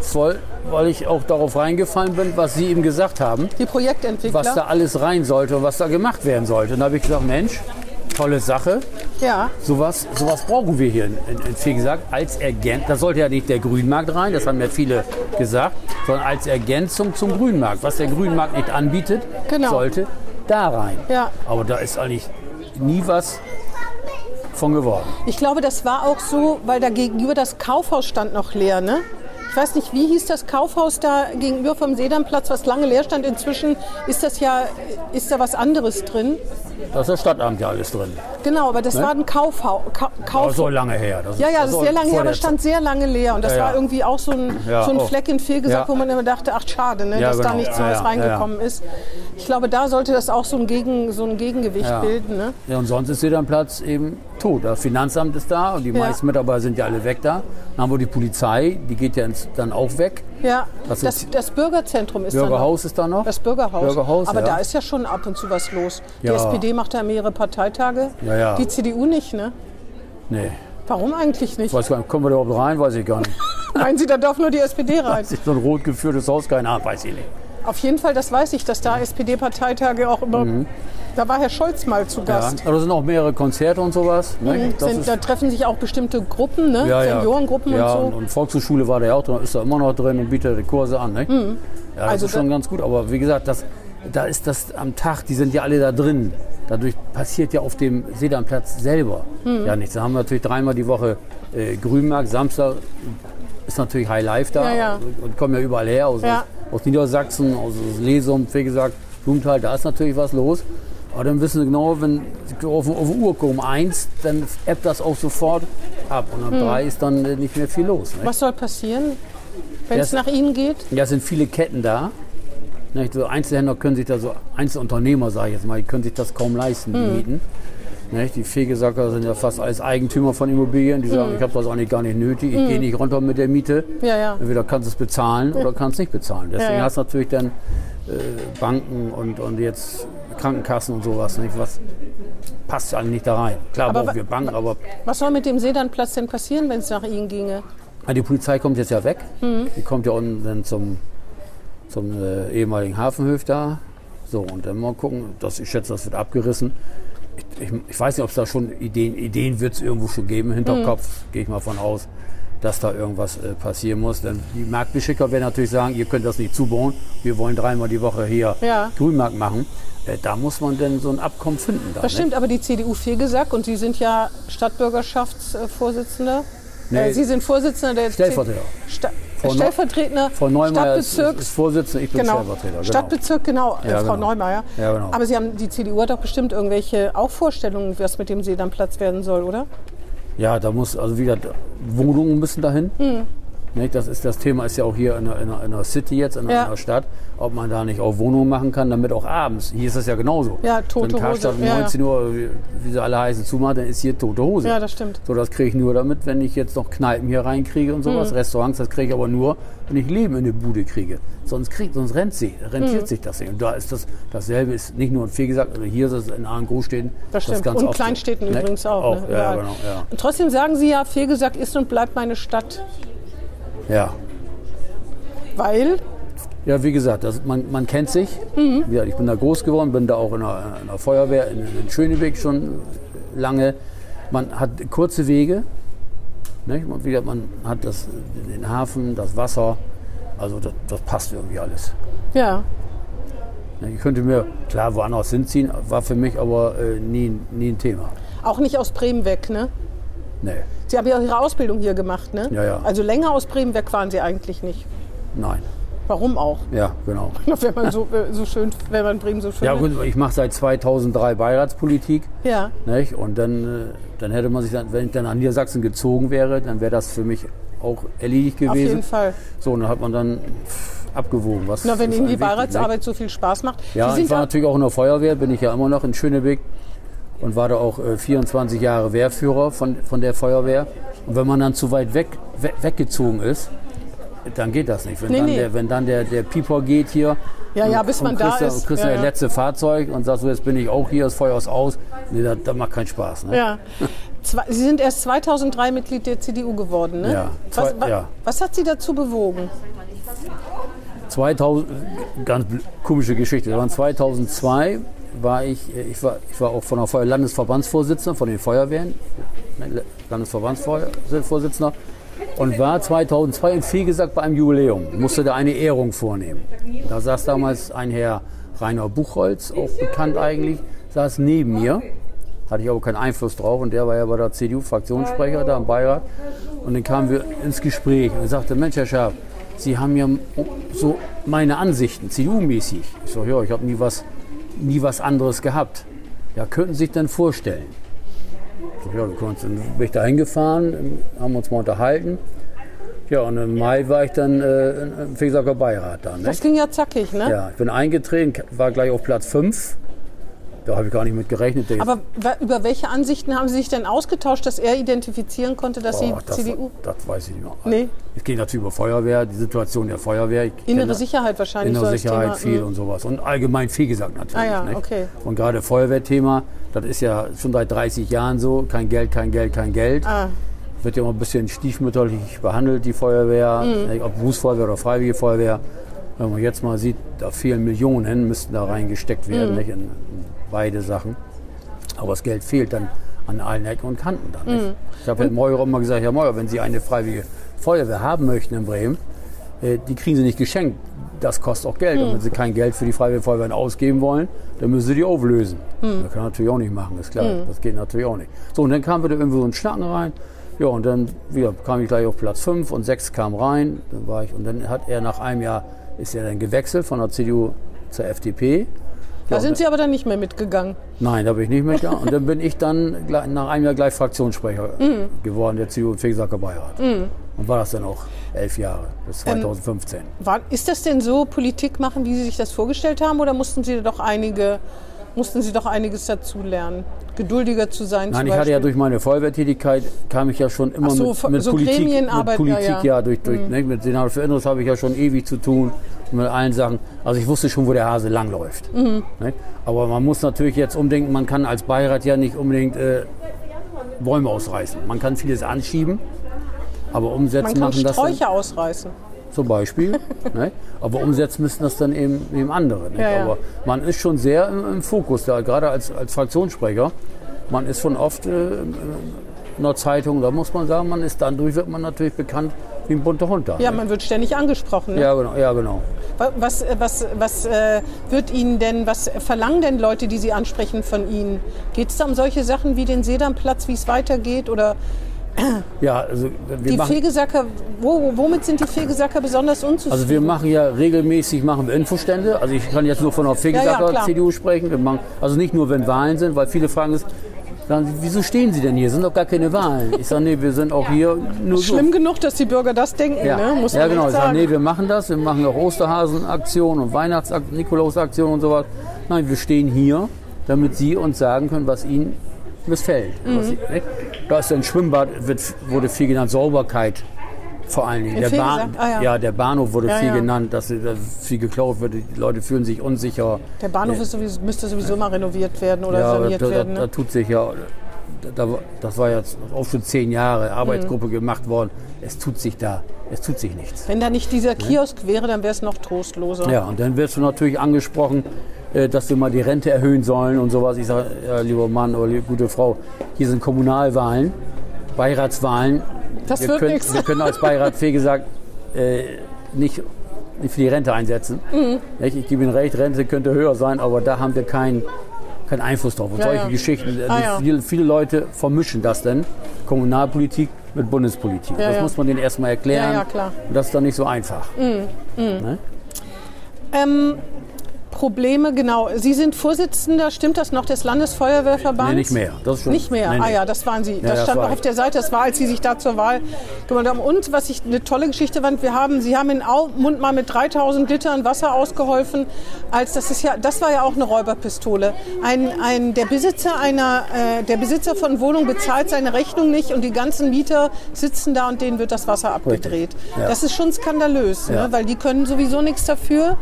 Speaker 3: voll, weil ich auch darauf reingefallen bin, was Sie eben gesagt haben,
Speaker 2: die Projektentwickler.
Speaker 3: was da alles rein sollte und was da gemacht werden sollte. Und da habe ich gesagt, Mensch, tolle Sache.
Speaker 2: ja,
Speaker 3: Sowas, sowas brauchen wir hier in, in, in Fegesack als Ergänzung. Da sollte ja nicht der Grünmarkt rein, das haben ja viele gesagt, sondern als Ergänzung zum Grünmarkt. Was der Grünmarkt nicht anbietet,
Speaker 2: Genau.
Speaker 3: sollte da rein.
Speaker 2: Ja.
Speaker 3: Aber da ist eigentlich nie was von geworden.
Speaker 2: ich glaube, das war auch so, weil da gegenüber das Kaufhaus stand noch leer, ne? Ich weiß nicht, wie hieß das Kaufhaus da gegenüber vom Sedanplatz, was lange leer stand. Inzwischen ist das ja, ist da was anderes drin.
Speaker 3: Da ist das Stadtamt ja alles drin.
Speaker 2: Genau, aber das
Speaker 3: Ne?
Speaker 2: war ein Kaufhaus. Ka
Speaker 3: Aber
Speaker 2: Kauf
Speaker 3: so lange her. Das
Speaker 2: Ja, ja, das ist
Speaker 3: war
Speaker 2: sehr lange
Speaker 3: vor
Speaker 2: her, aber
Speaker 3: der
Speaker 2: es stand sehr lange leer. Und das
Speaker 3: Also Ja, ja.
Speaker 2: war irgendwie auch so ein,
Speaker 3: Ja,
Speaker 2: so ein
Speaker 3: oh.
Speaker 2: Fleck in Fehlgesagt,
Speaker 3: Ja.
Speaker 2: wo man immer dachte, ach schade, ne,
Speaker 3: Ja,
Speaker 2: dass da
Speaker 3: genau.
Speaker 2: nichts
Speaker 3: Ja,
Speaker 2: Neues
Speaker 3: ja,
Speaker 2: reingekommen ist. Ich glaube, da sollte das auch so ein, Gegen, so ein Gegengewicht
Speaker 3: Ja.
Speaker 2: bilden. Ne?
Speaker 3: Ja, und sonst ist jeder Platz eben tot. Das Finanzamt ist da und die
Speaker 2: Ja.
Speaker 3: meisten Mitarbeiter sind ja alle weg da. Dann haben wir die Polizei, die geht ja ins, dann auch weg.
Speaker 2: Ja,
Speaker 3: Das
Speaker 2: das,
Speaker 3: ist-
Speaker 2: das, Bürgerzentrum ist
Speaker 3: Bürgerhaus ist da noch.
Speaker 2: da noch. Das Bürgerhaus.
Speaker 3: Bürgerhaus,
Speaker 2: aber
Speaker 3: ja.
Speaker 2: da ist ja schon ab und zu was los.
Speaker 3: Ja.
Speaker 2: Die SPD macht da immer ihre Parteitage.
Speaker 3: Ja, ja.
Speaker 2: Die CDU nicht, ne?
Speaker 3: Nee,
Speaker 2: Warum eigentlich nicht?
Speaker 3: weiß gar nicht, kommen wir da überhaupt rein? Weiß ich gar nicht.
Speaker 2: Meinen Sie, da darf nur die
Speaker 3: [laughs]
Speaker 2: SPD rein?
Speaker 3: Ist [laughs] so ein rot geführtes Haus, keine Ahnung, weiß ich nicht.
Speaker 2: Auf jeden Fall, das weiß ich, dass da SPD-Parteitage auch immer. Da war Herr Scholz mal zu
Speaker 3: Mhm. Ja.
Speaker 2: Gast.
Speaker 3: Aber da sind auch mehrere Konzerte und sowas. Ne? Das
Speaker 2: Mhm. Sind,
Speaker 3: ist-
Speaker 2: da treffen sich auch bestimmte Gruppen, ne? Seniorengruppen
Speaker 3: ja,
Speaker 2: und so.
Speaker 3: und Volkshochschule war da ja auch drin, ist da immer noch drin und bietet Kurse an. Ne? Ja, das
Speaker 2: Also
Speaker 3: ist schon
Speaker 2: da-
Speaker 3: ganz gut. Aber wie gesagt, das, da ist das am Tag, die sind ja alle da drin. Dadurch passiert ja auf dem Sedanplatz selber
Speaker 2: Mhm.
Speaker 3: ja nichts. Da haben wir natürlich dreimal die Woche äh, Grünmarkt, Samstag ist natürlich High Life da
Speaker 2: Ja, ja.
Speaker 3: und kommen ja überall her, also aus,
Speaker 2: Ja.
Speaker 3: aus Niedersachsen, aus Lesum, wie gesagt, Blumenthal, da ist natürlich was los. Aber dann wissen sie genau, wenn sie auf, auf die Uhr kommen, um eins, dann ebbt das auch sofort ab. Und ab drei ist dann äh, nicht mehr viel los. Ne?
Speaker 2: Was soll passieren, wenn es
Speaker 3: Das-
Speaker 2: nach Ihnen geht?
Speaker 3: Ja, es sind viele Ketten da. Nicht? So Einzelhändler können sich da so, Einzelunternehmer, sage ich jetzt mal, die können sich das kaum leisten,
Speaker 2: Hm.
Speaker 3: die Mieten. Nicht? Die Fegesacker sind ja fast alles Eigentümer von Immobilien. Die sagen, ich habe das eigentlich gar nicht nötig, ich gehe nicht runter mit der Miete.
Speaker 2: Hm. Ja, ja. Hm.
Speaker 3: Entweder kannst du es bezahlen oder kannst nicht bezahlen. Deswegen
Speaker 2: Ja, ja.
Speaker 3: hast du natürlich dann äh, Banken und, und jetzt Krankenkassen und sowas. Nicht? Was passt eigentlich nicht da rein. Klar
Speaker 2: Aber
Speaker 3: brauchen
Speaker 2: wa-
Speaker 3: wir Banken, aber
Speaker 2: Was soll mit dem Sedanplatz denn passieren, wenn es nach Ihnen ginge?
Speaker 3: Ah, Die Polizei kommt jetzt ja weg.
Speaker 2: Mhm.
Speaker 3: Die kommt ja unten dann zum, zum äh, ehemaligen Hafenhof da. So, und dann mal gucken. Das, ich schätze, das wird abgerissen. Ich, ich, ich weiß nicht, ob es da schon Ideen, Ideen wird es irgendwo schon geben. Hinterkopf
Speaker 2: Mhm.
Speaker 3: gehe ich mal von aus, dass da irgendwas äh, passieren muss. Denn die Marktbeschicker werden natürlich sagen, ihr könnt das nicht zubauen. Wir wollen dreimal die Woche hier
Speaker 2: Ja.
Speaker 3: Grünmarkt machen. Äh, da muss man denn so ein Abkommen finden. Da,
Speaker 2: Das
Speaker 3: ne?
Speaker 2: stimmt, aber die CDU Fegesack und Sie sind ja Stadtbürgerschaftsvorsitzender.
Speaker 3: Nee.
Speaker 2: Äh, Sie sind Vorsitzender der
Speaker 3: Stellvertreter.
Speaker 2: Sta
Speaker 3: Frau Neu-
Speaker 2: Stellvertretender
Speaker 3: Frau Neumeier ist,
Speaker 2: Stadtbezirks
Speaker 3: ist Vorsitzende, ich bin
Speaker 2: genau.
Speaker 3: Stellvertreter. Genau.
Speaker 2: Stadtbezirk, genau, äh,
Speaker 3: Ja,
Speaker 2: Frau
Speaker 3: genau.
Speaker 2: Neumeier.
Speaker 3: Ja, genau.
Speaker 2: Aber Sie haben, die CDU hat doch bestimmt irgendwelche auch Vorstellungen, was mit dem Sedanplatz werden soll, oder?
Speaker 3: Ja, da muss, also wieder, Wohnungen müssen dahin.
Speaker 2: Hm.
Speaker 3: Nicht? Das, ist, das Thema ist ja auch hier in der, in der, in der City jetzt, in der,
Speaker 2: Ja.
Speaker 3: in der Stadt, ob man da nicht auch Wohnungen machen kann, damit auch abends, hier ist das ja genauso.
Speaker 2: Ja, tote
Speaker 3: Wenn Karstadt
Speaker 2: Hose,
Speaker 3: um
Speaker 2: ja, ja.
Speaker 3: 19 Uhr, wie, wie sie alle heißen, zumacht, dann ist hier tote Hose.
Speaker 2: Ja, das stimmt.
Speaker 3: So, das kriege ich nur damit, wenn ich jetzt noch Kneipen hier reinkriege und sowas,
Speaker 2: Hm.
Speaker 3: Restaurants, das kriege ich aber nur, wenn ich Leben in eine Bude kriege. Sonst, krieg, sonst rennt sie, rentiert
Speaker 2: Hm.
Speaker 3: sich das nicht. Und da ist das, dasselbe ist nicht nur in Fehlgesagt, also hier ist es in allen Großstädten.
Speaker 2: Das stimmt.
Speaker 3: ist ganz
Speaker 2: und
Speaker 3: oft so.
Speaker 2: Kleinstädten
Speaker 3: Ne?
Speaker 2: übrigens auch. ne?
Speaker 3: ja, ja,
Speaker 2: Überall.
Speaker 3: genau, ja.
Speaker 2: Und Trotzdem sagen Sie ja, Fehlgesagt ist und bleibt meine Stadt.
Speaker 3: ja.
Speaker 2: Weil,
Speaker 3: Ja, wie gesagt, das, man, man kennt sich. Wie gesagt, ich bin da groß geworden, bin da auch in der, in der Feuerwehr in, in Schönebeck schon lange. Man hat kurze Wege. Nicht? Man, wie gesagt, man hat das, den Hafen, das Wasser. Also das, das passt irgendwie alles.
Speaker 2: ja.
Speaker 3: Ich könnte mir, klar, woanders hinziehen, war für mich aber äh, nie, nie ein Thema.
Speaker 2: Auch nicht aus Bremen weg, ne?
Speaker 3: Nee,
Speaker 2: Sie haben ja auch Ihre Ausbildung hier gemacht, ne?
Speaker 3: Ja, ja.
Speaker 2: Also länger aus Bremen weg waren Sie eigentlich nicht.
Speaker 3: nein.
Speaker 2: Warum auch? [laughs]
Speaker 3: Ja, genau.
Speaker 2: Wenn man so, äh, so schön, wenn man Bremen so schön
Speaker 3: Ja gut, ich mache seit 2003 Beiratspolitik.
Speaker 2: Ja.
Speaker 3: Nicht? Und dann, äh, dann hätte man sich, dann, wenn ich dann nach Niedersachsen gezogen wäre, dann wäre das für mich auch erledigt gewesen.
Speaker 2: Auf jeden Fall.
Speaker 3: So, und dann hat man dann pff, abgewogen. Was
Speaker 2: Na, wenn
Speaker 3: ist
Speaker 2: Ihnen die
Speaker 3: einem wichtig, nicht?
Speaker 2: Beiratsarbeit so viel Spaß macht. Sie
Speaker 3: Ja, ich
Speaker 2: sind
Speaker 3: war
Speaker 2: ja,
Speaker 3: natürlich auch in der Feuerwehr, bin ich ja immer noch in Schönebeck und war da auch äh, 24 Jahre Wehrführer von, von der Feuerwehr. Und wenn man dann zu weit weg, we weggezogen ist, dann geht das nicht. Wenn
Speaker 2: Nee,
Speaker 3: dann,
Speaker 2: nee.
Speaker 3: Der, wenn dann der, der Pieper geht hier
Speaker 2: Ja, ja,
Speaker 3: und-
Speaker 2: bis man
Speaker 3: und
Speaker 2: da
Speaker 3: kriegst
Speaker 2: ist.
Speaker 3: Und kriegst
Speaker 2: Ja,
Speaker 3: ja,
Speaker 2: ja.
Speaker 3: das letzte Fahrzeug und sagst so, jetzt bin ich auch hier, das Feuer ist aus. Nee, das, das macht keinen Spaß. Ne?
Speaker 2: ja. Zwei, Sie sind erst 2003 Mitglied der CDU geworden, ne?
Speaker 3: Ja.
Speaker 2: Was,
Speaker 3: Zwei-
Speaker 2: wa,
Speaker 3: ja.
Speaker 2: was hat Sie dazu bewogen?
Speaker 3: 2000, ganz bl- komische Geschichte. Das waren 2002 war ich, äh, ich war, ich war auch von der Feuer Landesverbandsvorsitzender von den Feuerwehren, ne, Landesverbandsvorsitzender und war 2002 in Fegesack bei einem Jubiläum, musste da eine Ehrung vornehmen. Da saß damals ein Herr Rainer Buchholz, auch bekannt eigentlich, saß neben mir, hatte ich aber keinen Einfluss drauf und der war ja bei der CDU-Fraktionssprecher da im Beirat und dann kamen wir ins Gespräch und er sagte, Mensch, Herr Schaaf, Sie haben ja so meine Ansichten, CDU-mäßig. Ich sage, ja, ich habe nie was, nie was anderes gehabt. Ja, könnten Sie sich denn vorstellen? Ich sag, ja, wir können uns, dann bin ich da hingefahren, haben uns mal unterhalten. Ja, und im Mai war ich dann äh, im Fegesacker Beirat da. Ne?
Speaker 2: Das ging ja zackig, ne?
Speaker 3: Ja, ich bin eingetreten, war gleich auf Platz 5. Da habe ich gar nicht mit gerechnet. Der-
Speaker 2: Aber wa- über welche Ansichten haben Sie sich denn ausgetauscht, dass er identifizieren konnte, dass Sie
Speaker 3: Oh, das,
Speaker 2: CDU...
Speaker 3: das weiß ich nicht mehr.
Speaker 2: Nee.
Speaker 3: Es geht natürlich über Feuerwehr, die Situation der Feuerwehr. Ich
Speaker 2: Innere
Speaker 3: kenne-
Speaker 2: Sicherheit wahrscheinlich.
Speaker 3: Innere
Speaker 2: so als
Speaker 3: Sicherheit
Speaker 2: Thema.
Speaker 3: viel
Speaker 2: Mhm.
Speaker 3: und sowas. Und allgemein viel gesagt natürlich.
Speaker 2: Ah ja,
Speaker 3: nicht?
Speaker 2: okay.
Speaker 3: Und gerade Feuerwehrthema, das ist ja schon seit 30 Jahren so. Kein Geld, kein Geld, kein Geld.
Speaker 2: Ah.
Speaker 3: Wird ja immer ein bisschen stiefmütterlich behandelt, die Feuerwehr.
Speaker 2: Mhm.
Speaker 3: nicht? Ob Berufsfeuerwehr oder Freiwillige Feuerwehr. Wenn man jetzt mal sieht, da fehlen Millionen, müssten da
Speaker 2: Mhm.
Speaker 3: reingesteckt werden, nicht? In, in beide Sachen. Aber das Geld fehlt dann an allen Ecken und Kanten. Dann,
Speaker 2: Mhm.
Speaker 3: nicht? Ich habe Herrn Meurer immer gesagt, Herr Meurer, wenn Sie eine freiwillige Feuerwehr haben möchten in Bremen, äh, die kriegen Sie nicht geschenkt. Das kostet auch Geld. Und wenn Sie kein Geld für die freiwillige Feuerwehr ausgeben wollen, dann müssen Sie die auflösen. Das kann man natürlich auch nicht machen, ist klar. Das geht natürlich auch nicht. So, und dann kam wieder irgendwo so ein Schnacken rein. Ja, und dann wieder kam ich gleich auf Platz 5 und 6 kam rein. Dann war ich, und dann hat er nach einem Jahr, ist er dann gewechselt von der CDU zur FDP.
Speaker 2: Da sind Sie aber dann nicht mehr mitgegangen.
Speaker 3: Nein, da bin ich nicht mit. da. Und dann bin ich dann gleich- nach einem Jahr gleich Fraktionssprecher geworden, der CDU im Fegesacker Beirat. Und war das dann auch elf Jahre, bis 2015.
Speaker 2: War, ist das denn so, Politik machen, wie Sie sich das vorgestellt haben, oder mussten Sie doch einige, mussten Sie doch einiges dazu lernen, geduldiger zu sein?
Speaker 3: Nein,
Speaker 2: zum
Speaker 3: ich hatte ja
Speaker 2: Beispiel?
Speaker 3: durch meine Feuerwehrtätigkeit, kam ich ja schon immer
Speaker 2: Ach so,
Speaker 3: mit,
Speaker 2: von-
Speaker 3: mit
Speaker 2: so
Speaker 3: Politik, mit
Speaker 2: Gremienarbeit, ja,
Speaker 3: Politik
Speaker 2: ja. Mhm.
Speaker 3: ja, durch, durch ne, mit Senat für Inneres habe ich ja schon ewig zu tun, mit allen Sachen. Also ich wusste schon, wo der Hase langläuft.
Speaker 2: Mhm.
Speaker 3: Ne? Aber man muss natürlich jetzt umdenken, man kann als Beirat ja nicht unbedingt äh, Bäume ausreißen. Man kann vieles anschieben, aber
Speaker 2: Man
Speaker 3: umsetzen
Speaker 2: kann
Speaker 3: machen das dann-
Speaker 2: Sträucher ausreißen.
Speaker 3: zum Beispiel.
Speaker 2: [laughs]
Speaker 3: ne? Aber umsetzen müssen das dann eben, eben andere. Nicht?
Speaker 2: Ja, ja.
Speaker 3: Aber man ist schon sehr im, im Fokus da, gerade als, als Fraktionssprecher. Man ist schon oft äh, in der Zeitung, da muss man sagen, man ist dann durch, wird man natürlich bekannt wie ein bunter Hund da.
Speaker 2: Ja,
Speaker 3: ne?
Speaker 2: man wird ständig angesprochen. Ne?
Speaker 3: ja, genau, ja, genau.
Speaker 2: Wa- Was, äh, was, was äh, wird Ihnen denn, was verlangen denn Leute, die Sie ansprechen, von Ihnen? Geht es da um solche Sachen wie den Sedamplatz, wie es weitergeht? Oder
Speaker 3: Ja, also wir
Speaker 2: die
Speaker 3: machen,
Speaker 2: Fegesacker, wo, womit sind die Fegesacker besonders unzufrieden?
Speaker 3: Also wir machen ja regelmäßig machen wir Infostände. Also ich kann jetzt nur von der
Speaker 2: Ja, ja,
Speaker 3: Fegesacker
Speaker 2: klar.
Speaker 3: CDU sprechen. Wir machen, also nicht nur, wenn Wahlen sind, weil viele fragen es, sagen, sie, wieso stehen Sie denn hier? Sind doch gar keine Wahlen. Ich sage, nee, wir sind auch hier nur so.
Speaker 2: Schlimm genug, dass die Bürger das denken,
Speaker 3: Ja,
Speaker 2: ne? muss
Speaker 3: ja
Speaker 2: man
Speaker 3: genau.
Speaker 2: echt
Speaker 3: Ich sage,
Speaker 2: sagen.
Speaker 3: nee, wir machen das. Wir machen auch Osterhasenaktionen und Weihnachtsaktionen, Nikolausaktionen und sowas. Nein, wir stehen hier, damit Sie uns sagen können, was Ihnen missfällt.
Speaker 2: Mhm.
Speaker 3: Was Sie, ne? Da ist ein Schwimmbad, wird, wurde viel genannt, Sauberkeit vor allen Dingen. Der,
Speaker 2: viel
Speaker 3: Bahn,
Speaker 2: gesagt, ah, ja.
Speaker 3: ja. der Bahnhof wurde viel
Speaker 2: ja.
Speaker 3: genannt, dass da viel geklaut wird. Die Leute fühlen sich unsicher.
Speaker 2: Der Bahnhof ist sowieso, müsste sowieso mal renoviert werden oder
Speaker 3: Ja,
Speaker 2: saniert
Speaker 3: da, da,
Speaker 2: werden.
Speaker 3: da
Speaker 2: Ne?
Speaker 3: tut sich ja, da, da- das war jetzt auch schon zehn Jahre Arbeitsgruppe gemacht worden. Es tut sich da, es tut sich nichts.
Speaker 2: Wenn da nicht dieser Kiosk wäre, dann wäre es noch trostloser.
Speaker 3: Ja, und dann wirst du natürlich angesprochen, äh, dass wir mal die Rente erhöhen sollen und sowas. Ich sage, ja, lieber Mann oder liebe gute Frau, hier sind Kommunalwahlen, Beiratswahlen.
Speaker 2: Das
Speaker 3: wir,
Speaker 2: wird
Speaker 3: können,
Speaker 2: nix. [laughs]
Speaker 3: wir können als Beirat, wie gesagt, äh, nicht für die Rente einsetzen.
Speaker 2: Mhm.
Speaker 3: Nicht? Ich gebe Ihnen recht, Rente könnte höher sein, aber da haben wir keinen keinen Einfluss drauf. Und
Speaker 2: Ja,
Speaker 3: solche
Speaker 2: ja.
Speaker 3: Geschichten,
Speaker 2: Ah, ja.
Speaker 3: viele, viele Leute vermischen das denn, Kommunalpolitik mit Bundespolitik.
Speaker 2: Ja,
Speaker 3: das
Speaker 2: ja.
Speaker 3: muss man denen erstmal erklären.
Speaker 2: Ja, ja, klar. Mhm.
Speaker 3: Und das ist dann nicht so einfach. Ne?
Speaker 2: Ähm, Probleme, genau. Sie sind Vorsitzender, stimmt das noch, des Landesfeuerwehrverbands?
Speaker 3: Nee, nicht mehr. Das ist schon,
Speaker 2: Nicht mehr.
Speaker 3: Nee, nee.
Speaker 2: Ah ja, das waren Sie. Das
Speaker 3: das
Speaker 2: stand
Speaker 3: war
Speaker 2: noch
Speaker 3: ich.
Speaker 2: auf der Seite. Das war, als Sie sich da zur Wahl gemacht haben. Und was ich eine tolle Geschichte fand, wir haben, Sie haben in Aumund mal mit 3000 Litern Wasser ausgeholfen. Als das ist ja, das war ja auch eine Räuberpistole. Ein, ein der Besitzer einer, äh, der Besitzer von Wohnung bezahlt seine Rechnung nicht und die ganzen Mieter sitzen da und denen wird das Wasser abgedreht.
Speaker 3: Ja.
Speaker 2: Das ist schon skandalös,
Speaker 3: Ja.
Speaker 2: ne? weil die können sowieso nichts dafür.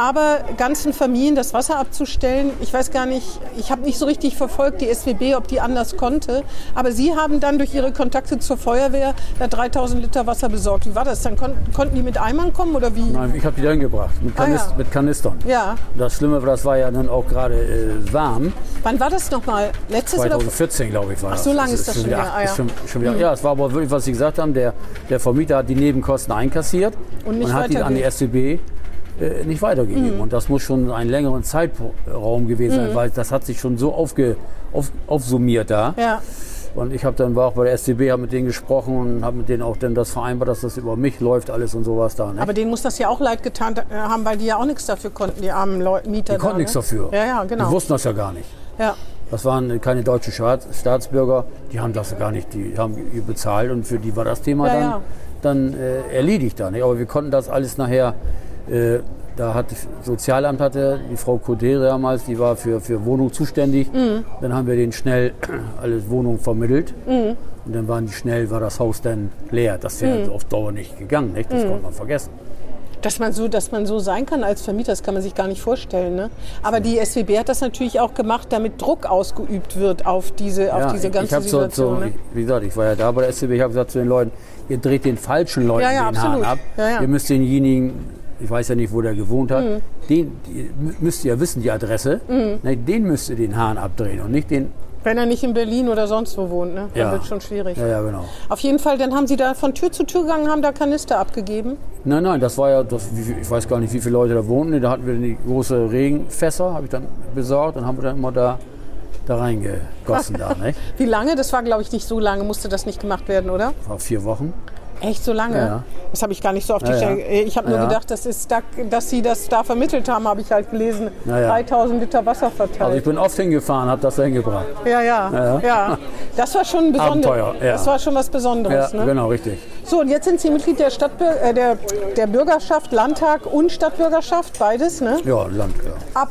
Speaker 2: Aber ganzen Familien das Wasser abzustellen, ich weiß gar nicht, ich habe nicht so richtig verfolgt, die SWB, ob die anders konnte. Aber Sie haben dann durch Ihre Kontakte zur Feuerwehr da 3000 Liter Wasser besorgt. Wie war das? Dann kon konnten die mit Eimern kommen oder wie?
Speaker 3: Nein, ich habe die dahin gebracht, mit,
Speaker 2: Ah,
Speaker 3: Kanis
Speaker 2: ja.
Speaker 3: mit Kanistern.
Speaker 2: Ja.
Speaker 3: Das Schlimme war, das war ja dann auch gerade äh, warm.
Speaker 2: Wann war das nochmal? Letztes oder?
Speaker 3: 2014, glaube ich, war das.
Speaker 2: so lange ist das
Speaker 3: schon
Speaker 2: schon
Speaker 3: wieder.
Speaker 2: her,
Speaker 3: acht-
Speaker 2: ah, ja.
Speaker 3: ist schon, schon wieder ja, es war aber wirklich, was Sie gesagt haben, der, der Vermieter hat die Nebenkosten einkassiert
Speaker 2: Und nicht Mhm.
Speaker 3: hat die an die SCB äh, nicht weitergegeben. Und das muss schon einen längeren Zeitraum gewesen sein, weil das hat sich schon so aufge, auf, aufsummiert da.
Speaker 2: Ja.
Speaker 3: Und ich habe dann war auch bei der SCB, habe mit denen gesprochen und habe mit denen auch dann das vereinbart, dass das über mich läuft alles und sowas da. Ne?
Speaker 2: Aber denen muss das ja auch leid getan äh, haben, weil die ja auch nichts dafür konnten, die armen Leu Mieter.
Speaker 3: die konnten
Speaker 2: da,
Speaker 3: nichts
Speaker 2: ne?
Speaker 3: dafür.
Speaker 2: Ja, ja,
Speaker 3: Die
Speaker 2: genau.
Speaker 3: wussten das ja gar nicht.
Speaker 2: Ja.
Speaker 3: Das waren keine deutschen Staats- Staatsbürger, die haben das gar nicht, die haben bezahlt und für die war das Thema
Speaker 2: Ja,
Speaker 3: dann,
Speaker 2: ja.
Speaker 3: dann äh, erledigt. Dann, nicht? aber wir konnten das alles nachher, äh, da hat das Sozialamt hatte, die Frau Kodere damals, die war für, für Wohnung zuständig.
Speaker 2: Mhm.
Speaker 3: Dann haben wir denen schnell [clears throat] alles Wohnung vermittelt
Speaker 2: Mhm.
Speaker 3: und dann waren die schnell, war das Haus dann leer. Das wäre auf Dauer nicht gegangen, nicht?
Speaker 2: Mhm.
Speaker 3: das konnte man vergessen.
Speaker 2: Dass man, so, dass man so sein kann als Vermieter, das kann man sich gar nicht vorstellen. Ne? Aber die SWB hat das natürlich auch gemacht, damit Druck ausgeübt wird auf diese, auf
Speaker 3: Ja,
Speaker 2: diese
Speaker 3: ich-
Speaker 2: ganze
Speaker 3: ich hab so,
Speaker 2: Situation.
Speaker 3: so,
Speaker 2: ne?
Speaker 3: ich, Wie gesagt, ich war ja da bei der SCB, ich habe gesagt zu den Leuten, ihr dreht den falschen Leuten
Speaker 2: Ja, ja,
Speaker 3: den
Speaker 2: absolut.
Speaker 3: Hahn ab.
Speaker 2: Ja, Mhm. ja.
Speaker 3: Ihr müsst denjenigen, ich weiß ja nicht, wo der gewohnt hat, den die, mü- müsst ihr ja wissen, die Adresse,
Speaker 2: Mhm.
Speaker 3: ne, den müsst ihr den Hahn abdrehen und nicht den.
Speaker 2: Wenn er nicht in Berlin oder sonst wo wohnt, ne? dann
Speaker 3: Ja.
Speaker 2: wird schon schwierig.
Speaker 3: Ja, ja, genau.
Speaker 2: Auf jeden Fall, dann haben sie da von Tür zu Tür gegangen, haben da Kanister abgegeben.
Speaker 3: Nein, nein, das war ja, das, wie, viel- ich weiß gar nicht, wie viele Leute da wohnten. Da hatten wir die große Regenfässer, habe ich dann besorgt und haben wir dann immer da, da reingegossen.
Speaker 2: [laughs]
Speaker 3: da, ne?
Speaker 2: Wie lange? Das war, glaube ich, nicht so lange, musste das nicht gemacht werden, oder?
Speaker 3: Vor vier Wochen.
Speaker 2: Echt so lange?
Speaker 3: Ja.
Speaker 2: Das habe ich gar nicht so auf die
Speaker 3: Ja, ja.
Speaker 2: Stelle. Ich habe nur
Speaker 3: Ja.
Speaker 2: gedacht, das ist da, dass sie das da vermittelt haben, habe ich halt gelesen.
Speaker 3: Ja, ja.
Speaker 2: 3000 Liter Wasser
Speaker 3: Also ich
Speaker 2: verteilt.
Speaker 3: bin oft hingefahren, habe das dahin gebracht.
Speaker 2: ja, ja, ja,
Speaker 3: Ja, ja.
Speaker 2: Das war schon ein
Speaker 3: Abenteuer,
Speaker 2: besonderes.
Speaker 3: ja.
Speaker 2: Das war schon was
Speaker 3: Ja,
Speaker 2: Besonderes. ne?
Speaker 3: genau, richtig.
Speaker 2: So, und jetzt sind Sie Mitglied der, Stadtbür äh, der, der Bürgerschaft, Landtag und Stadtbürgerschaft, beides. Ne?
Speaker 3: Ja, Land, ja.
Speaker 2: Ab,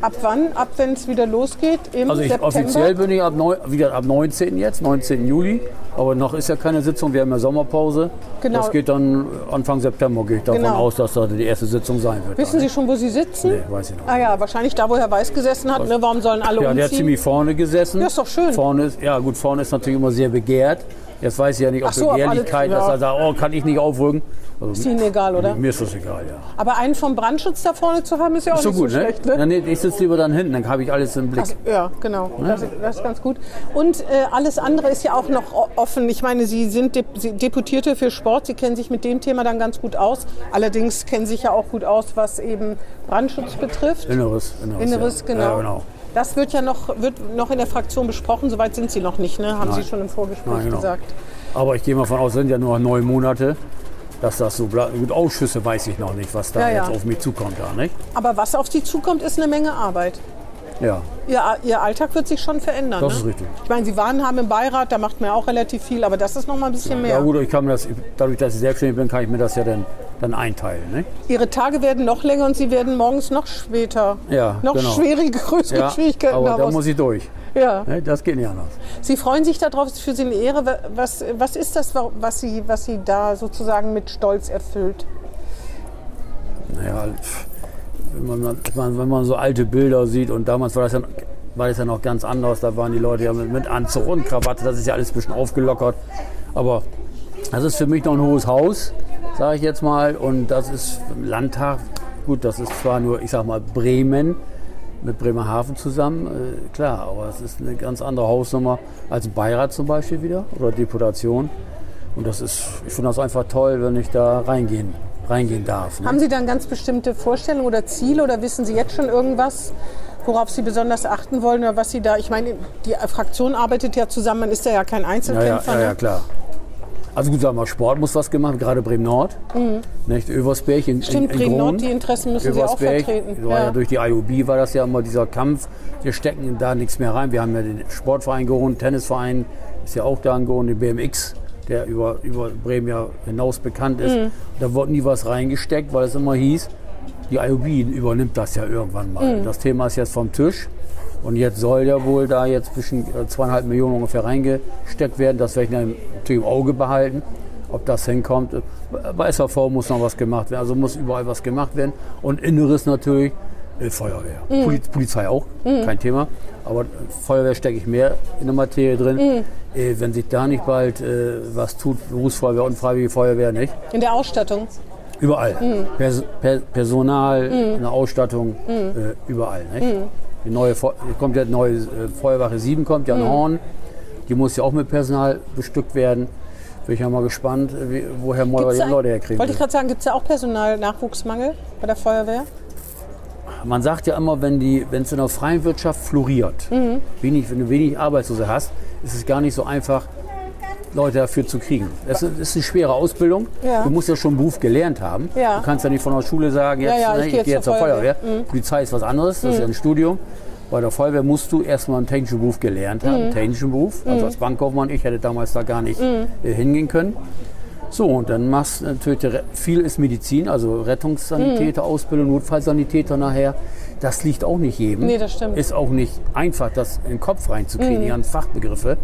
Speaker 2: ab wann? Ab wenn es wieder losgeht? Im
Speaker 3: Also ich,
Speaker 2: September?
Speaker 3: offiziell bin ich ab neun, wieder ab 19 jetzt, 19. Juli. Aber noch ist ja keine Sitzung, wir haben ja Sommerpause.
Speaker 2: Genau.
Speaker 3: Das geht dann Anfang September, gehe ich davon
Speaker 2: Genau.
Speaker 3: aus, dass da die erste Sitzung sein wird.
Speaker 2: Wissen Sie schon, wo Sie sitzen?
Speaker 3: Nee, weiß ich noch
Speaker 2: Ah ja, wahrscheinlich da, wo Herr Weiß gesessen hat. Ne? Warum sollen alle
Speaker 3: ja, der hat
Speaker 2: umziehen?
Speaker 3: ziemlich vorne gesessen.
Speaker 2: Ja, ist doch schön.
Speaker 3: Vorne ist, ja gut, vorne ist natürlich immer sehr begehrt. Jetzt weiß ich ja nicht, ob
Speaker 2: Ach so, ob alle-
Speaker 3: Begehrlichkeit, dass
Speaker 2: ja.
Speaker 3: er sagt, oh, kann ich nicht aufrücken. Also,
Speaker 2: ist Ihnen egal, oder?
Speaker 3: Mir ist das egal, ja.
Speaker 2: Aber einen vom Brandschutz da vorne zu haben, ist ja auch nicht so schlecht. Ne?
Speaker 3: Ja, nee, ich sitze lieber dann hinten, dann habe ich alles im Blick.
Speaker 2: Das, ja, genau. Das, das ist ganz gut. Und äh, alles andere ist ja auch noch o- offen. Ich meine, Sie sind Dep Sie- Deputierte für Sport. Sie kennen sich mit dem Thema dann ganz gut aus. Allerdings kennen Sie sich ja auch gut aus, was eben Brandschutz betrifft.
Speaker 3: Inneres, Inneres.
Speaker 2: Inneres,
Speaker 3: ja.
Speaker 2: genau.
Speaker 3: Ja, genau.
Speaker 2: Das wird ja noch, wird noch in der Fraktion besprochen. Soweit sind Sie noch nicht, ne? haben Sie
Speaker 3: Nein.
Speaker 2: schon im Vorgespräch
Speaker 3: Nein, genau.
Speaker 2: gesagt.
Speaker 3: Aber ich gehe mal von aus, sind ja nur neun Monate, dass das so bleibt. Gut, Ausschüsse weiß ich noch nicht, was da
Speaker 2: Ja, ja.
Speaker 3: jetzt auf mich zukommt, da, nicht?
Speaker 2: Aber was auf Sie zukommt, ist eine Menge Arbeit.
Speaker 3: Ja,
Speaker 2: Ihr, Ihr Alltag wird sich schon verändern.
Speaker 3: das
Speaker 2: ne?
Speaker 3: ist richtig.
Speaker 2: Ich meine, Sie waren haben im Beirat, da macht man ja auch relativ viel, aber das ist noch mal ein bisschen mehr.
Speaker 3: Ja gut, ich kann mir das, dadurch, dass ich selbstständig bin, kann ich mir das ja dann, dann einteilen, nicht?
Speaker 2: Ihre Tage werden noch länger und Sie werden morgens noch später.
Speaker 3: Ja,
Speaker 2: noch
Speaker 3: genau.
Speaker 2: schwierige, [laughs] größere
Speaker 3: Ja,
Speaker 2: Schwierigkeiten
Speaker 3: aber da
Speaker 2: daraus.
Speaker 3: muss ich durch.
Speaker 2: ja.
Speaker 3: Ne? Das geht nicht anders.
Speaker 2: Sie freuen sich darauf, es ist für Sie eine Ehre. Was, was ist das, was Sie, was Sie da sozusagen mit Stolz erfüllt?
Speaker 3: Naja, pff, wenn man, wenn man- wenn man so alte Bilder sieht und damals war das ja war das ja noch ganz anders, da waren die Leute ja mit, mit Anzug und Krawatte, das ist ja alles ein bisschen aufgelockert. Aber das ist für mich noch ein hohes Haus, sage ich jetzt mal. Und das ist im Landtag, gut, das ist zwar nur, ich sag mal, Bremen mit Bremerhaven zusammen, äh, klar, aber es ist eine ganz andere Hausnummer als ein Beirat zum Beispiel wieder oder Deputation. Und das ist, ich finde das einfach toll, wenn ich da reingehen reingehen darf. Ne?
Speaker 2: Haben Sie dann ganz bestimmte Vorstellungen oder Ziele oder wissen Sie jetzt schon irgendwas, worauf Sie besonders achten wollen oder was Sie da, ich meine, die Fraktion arbeitet ja zusammen, man ist ja ja kein
Speaker 3: Ja, ja,
Speaker 2: Einzelkämpfer.
Speaker 3: ja, ja,
Speaker 2: ne?
Speaker 3: klar. Also gut, sagen wir, mal, Sport muss was gemacht, gerade Bremen-Nord. Nicht? Översberg in,
Speaker 2: Mhm. Stimmt,
Speaker 3: in, in Groningen.
Speaker 2: Bremen-Nord, die Interessen müssen Sie auch
Speaker 3: Översberg,
Speaker 2: vertreten.
Speaker 3: War ja.
Speaker 2: Ja.
Speaker 3: durch die IOB war das ja immer dieser Kampf. Wir stecken da nichts mehr rein. Wir haben ja den Sportverein geholt, Tennisverein ist ja auch da geholt, den BMX, der über, über Bremen ja hinaus bekannt ist.
Speaker 2: Mhm.
Speaker 3: Da wurde nie was reingesteckt, weil es immer hieß, die IOB übernimmt das ja irgendwann mal.
Speaker 2: Mhm.
Speaker 3: Das Thema ist jetzt vom Tisch. Und jetzt soll ja wohl da jetzt zwischen äh, zweieinhalb Millionen ungefähr reingesteckt werden. Das werde ich dann natürlich im Auge behalten, ob das hinkommt. Äh, Bei SAV muss noch was gemacht werden, also muss überall was gemacht werden. Und Inneres natürlich, äh, Feuerwehr. Poli Polizei auch, kein Thema. Aber äh, Feuerwehr stecke ich mehr in der Materie drin. Äh, wenn sich da nicht bald äh, was tut, Berufsfeuerwehr und Freiwillige Feuerwehr nicht.
Speaker 2: In der Ausstattung.
Speaker 3: Überall.
Speaker 2: Mhm.
Speaker 3: Pers per Personal, in der Ausstattung, äh, überall. Nicht?
Speaker 2: Mhm.
Speaker 3: Die neue Fe kommt ja die neue äh, Feuerwache 7, kommt ja
Speaker 2: Mhm.
Speaker 3: ein Horn. Die muss ja auch mit Personal bestückt werden. Bin ich ja mal gespannt, äh, wie, wo Herr Meurer
Speaker 2: Gibt's
Speaker 3: die
Speaker 2: da-
Speaker 3: Leute herkriegen
Speaker 2: Wollte
Speaker 3: will.
Speaker 2: ich gerade sagen, gibt es da auch Personalnachwuchsmangel bei der Feuerwehr?
Speaker 3: Man sagt ja immer, wenn es in der freien Wirtschaft floriert,
Speaker 2: Mhm.
Speaker 3: wenig, wenn du wenig Arbeitslose hast, ist es gar nicht so einfach, Leute dafür zu kriegen. Das ist, ist eine schwere Ausbildung.
Speaker 2: Ja.
Speaker 3: Du musst ja schon einen Beruf gelernt haben.
Speaker 2: Ja.
Speaker 3: Du kannst ja nicht von der Schule sagen, jetzt,
Speaker 2: Ja, ja,
Speaker 3: ne,
Speaker 2: ich geh
Speaker 3: ich gehe
Speaker 2: jetzt
Speaker 3: jetzt
Speaker 2: zur Mhm.
Speaker 3: zur Feuerwehr. Polizei ist was anderes, das ist ja ein Studium. Bei der Feuerwehr musst du erstmal einen technischen Beruf gelernt haben,
Speaker 2: Mhm.
Speaker 3: einen technischen Beruf. Also als Bankkaufmann, ich hätte damals da gar nicht äh, hingehen können. So, und dann machst du natürlich, die Re- viel ist Medizin, also Rettungssanitäter,
Speaker 2: Mhm.
Speaker 3: Ausbildung, Notfallsanitäter nachher. Das liegt auch nicht jedem.
Speaker 2: Nee, das stimmt. Mhm.
Speaker 3: Ist auch nicht einfach, das in den Kopf reinzukriegen, die ganzen Fachbegriffe.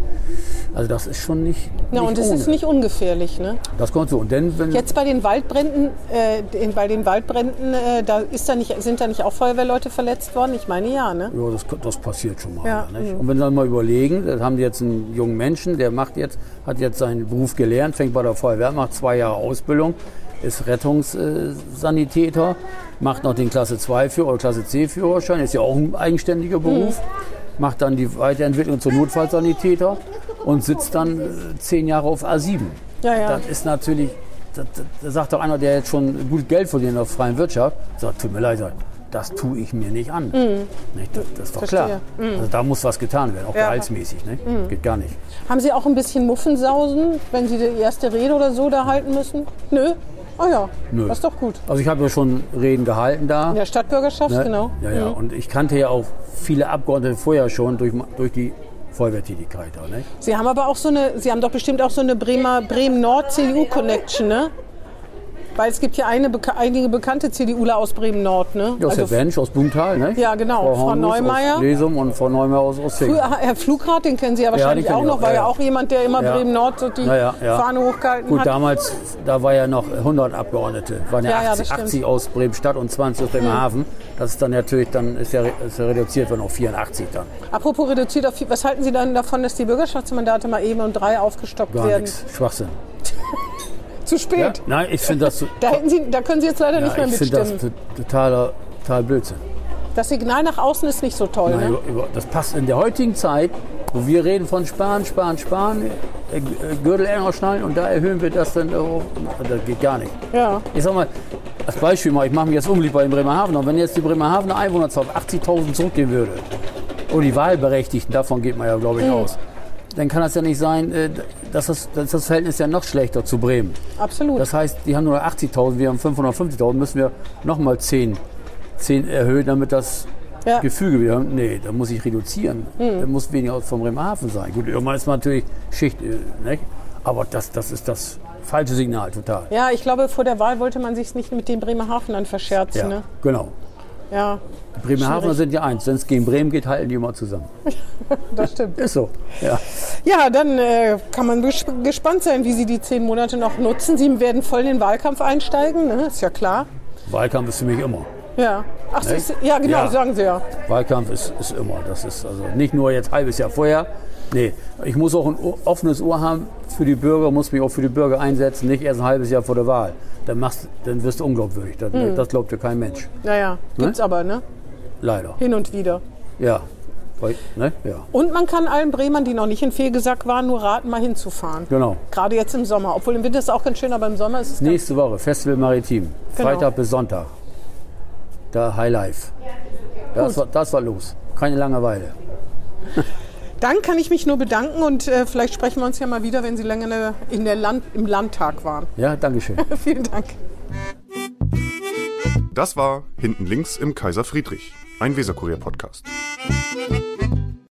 Speaker 3: Also das ist schon nicht.
Speaker 2: Na,
Speaker 3: nicht
Speaker 2: und es
Speaker 3: ohne.
Speaker 2: ist nicht ungefährlich, ne?
Speaker 3: Das kommt so. Und dann, wenn
Speaker 2: Jetzt bei den Waldbränden, äh, in, bei den Waldbränden, äh, da ist da nicht, sind da nicht auch Feuerwehrleute verletzt worden? Ich meine ja, ne?
Speaker 3: Ja, das, das passiert schon mal. ne,
Speaker 2: Ja,
Speaker 3: nicht? Und wenn Sie dann mal überlegen, dann haben Sie jetzt einen jungen Menschen, der macht jetzt, hat jetzt seinen Beruf gelernt, fängt bei der Feuerwehr, an, macht zwei Jahre Ausbildung, ist Rettungssanitäter, macht noch den Klasse 2 Führer oder Klasse C Führerschein, ist ja auch ein eigenständiger Beruf, macht dann die Weiterentwicklung zum Notfallsanitäter und sitzt dann äh, zehn Jahre auf A7.
Speaker 2: Ja, ja.
Speaker 3: Das ist natürlich, das, das, da sagt doch einer, der jetzt schon gut Geld verdient in der freien Wirtschaft, sagt, tut mir leid, sagt, das tue ich mir nicht an. Nicht, das, das ist doch
Speaker 2: Mm. Verstehe. Mm.
Speaker 3: klar. Also da muss was getan werden, auch
Speaker 2: Ja. Mm.
Speaker 3: gehaltsmäßig. Ne? Geht gar nicht.
Speaker 2: Haben Sie auch ein bisschen Muffensausen, wenn Sie die erste Rede oder so da halten müssen? Nö. Oh ja,
Speaker 3: Nö.
Speaker 2: das ist doch gut.
Speaker 3: Also ich habe ja schon Reden gehalten da.
Speaker 2: In der Stadtbürgerschaft,
Speaker 3: ne?
Speaker 2: genau.
Speaker 3: Ja, ja. Und ich kannte ja auch viele Abgeordnete vorher schon durch, durch die Feuerwehrtätigkeit. Da, ne?
Speaker 2: Sie haben aber auch so eine, Sie haben doch bestimmt auch so eine Bremer, Bremen-Nord-CDU-Connection, ne? Weil es gibt ja eine, beka- einige bekannte CDUler aus Bremen-Nord, ne?
Speaker 3: Aus der Bench, aus Blumenthal. Ne?
Speaker 2: Ja, genau. Frau
Speaker 3: Hornus
Speaker 2: Neumeier.
Speaker 3: Aus Lesum und Frau Neumeier aus Ostfingen.
Speaker 2: Früher, ah, Herr Flugrad, den kennen Sie ja wahrscheinlich
Speaker 3: den kenn
Speaker 2: auch
Speaker 3: ich
Speaker 2: noch,
Speaker 3: auch,
Speaker 2: war ja,
Speaker 3: ja, ja.
Speaker 2: auch jemand, der immer
Speaker 3: Ja.
Speaker 2: Bremen-Nord so die
Speaker 3: Ja, ja, ja.
Speaker 2: Fahne hochgehalten
Speaker 3: Gut,
Speaker 2: hat.
Speaker 3: damals, da war ja noch 100 Abgeordnete, waren ja,
Speaker 2: Ja, ja, das
Speaker 3: 80,
Speaker 2: stimmt.
Speaker 3: 80 aus Bremen-Stadt und 20 aus Bremerhaven. Das ist dann natürlich, dann ist ja, re- ist ja reduziert worden auf 84 dann.
Speaker 2: Apropos reduziert auf, was halten Sie dann davon, dass die Bürgerschaftsmandate mal eben um drei aufgestockt
Speaker 3: Gar
Speaker 2: werden?
Speaker 3: nichts, Schwachsinn.
Speaker 2: Zu spät.
Speaker 3: Nein, ich finde das, so-
Speaker 2: Da, hätten Sie, da können Sie jetzt leider nicht
Speaker 3: ja,
Speaker 2: mehr
Speaker 3: ich finde das
Speaker 2: mitstimmen.
Speaker 3: to- totaler, total Blödsinn.
Speaker 2: Das Signal nach außen ist nicht so toll.
Speaker 3: Nein,
Speaker 2: ne?
Speaker 3: über, über, das passt in der heutigen Zeit, wo wir reden von Sparen, Sparen, Sparen, äh, äh, Gürtel enger schnallen und da erhöhen wir das dann auch. Das geht gar nicht.
Speaker 2: Ja.
Speaker 3: Ich sag mal, als Beispiel mal, ich mache mich jetzt unbeliebt bei den Bremerhavener. Wenn jetzt die Bremerhavener Einwohnerzahl auf 80.000 zurückgehen würde und die Wahlberechtigten, davon geht man ja, glaube
Speaker 2: Mhm.
Speaker 3: ich, aus, dann kann das ja nicht sein, äh, dass das, dass das Verhältnis ja noch schlechter zu Bremen.
Speaker 2: Absolut.
Speaker 3: Das heißt, die haben nur 80.000, wir haben 550.000, müssen wir nochmal 10, 10 erhöhen, damit das
Speaker 2: Ja. Mhm.
Speaker 3: Gefüge wieder. Nee, da muss ich reduzieren. Da muss weniger vom Bremerhaven sein. Gut, irgendwann ist man natürlich Schicht, äh, nicht? aber das, das ist das falsche Signal total.
Speaker 2: ja, ich glaube, vor der Wahl wollte man sich nicht mit den Bremerhavenern verscherzen.
Speaker 3: Ja,
Speaker 2: Ne?
Speaker 3: genau.
Speaker 2: ja
Speaker 3: Bremerhavener sind ja eins. Wenn es gegen Bremen geht, halten die immer zusammen.
Speaker 2: das stimmt.
Speaker 3: Ist so. Ja.
Speaker 2: Ja, dann äh, kann man gesp gespannt sein, wie Sie die zehn Monate noch nutzen. Sie werden voll in den Wahlkampf einsteigen, ne? ist ja klar.
Speaker 3: Wahlkampf ist für mich immer.
Speaker 2: Ja, Ach, so,
Speaker 3: Ne?
Speaker 2: ist, ja genau,
Speaker 3: Ja.
Speaker 2: sagen Sie ja.
Speaker 3: Wahlkampf ist, ist immer. Das ist also nicht nur jetzt halbes Jahr vorher. Nee, ich muss auch ein o- offenes Ohr haben für die Bürger, muss mich auch für die Bürger einsetzen, nicht erst ein halbes Jahr vor der Wahl. Dann, machst, dann wirst du unglaubwürdig. Das, das glaubt dir kein Mensch.
Speaker 2: Naja, gibt's aber, ne?
Speaker 3: Leider.
Speaker 2: Hin und wieder.
Speaker 3: Ja. Weil- Ne? Ja,
Speaker 2: Und man kann allen Bremern, die noch nicht in Fegesack waren, nur raten, mal hinzufahren.
Speaker 3: genau.
Speaker 2: Gerade jetzt im Sommer. Obwohl im Winter ist es auch ganz schön, aber im Sommer ist es ganz
Speaker 3: Nächste Woche, Festival Maritim.
Speaker 2: Genau.
Speaker 3: Freitag bis Sonntag. Da High Life. Das war, das war los. Keine Langeweile.
Speaker 2: Dann kann ich mich nur bedanken und äh, vielleicht sprechen wir uns ja mal wieder, wenn Sie länger in der, in der Land, im Landtag waren. [laughs]
Speaker 3: Ja, Dankeschön.
Speaker 2: Vielen Dank.
Speaker 1: Das war Hinten links im Kaiser Friedrich, ein Weserkurier-Podcast.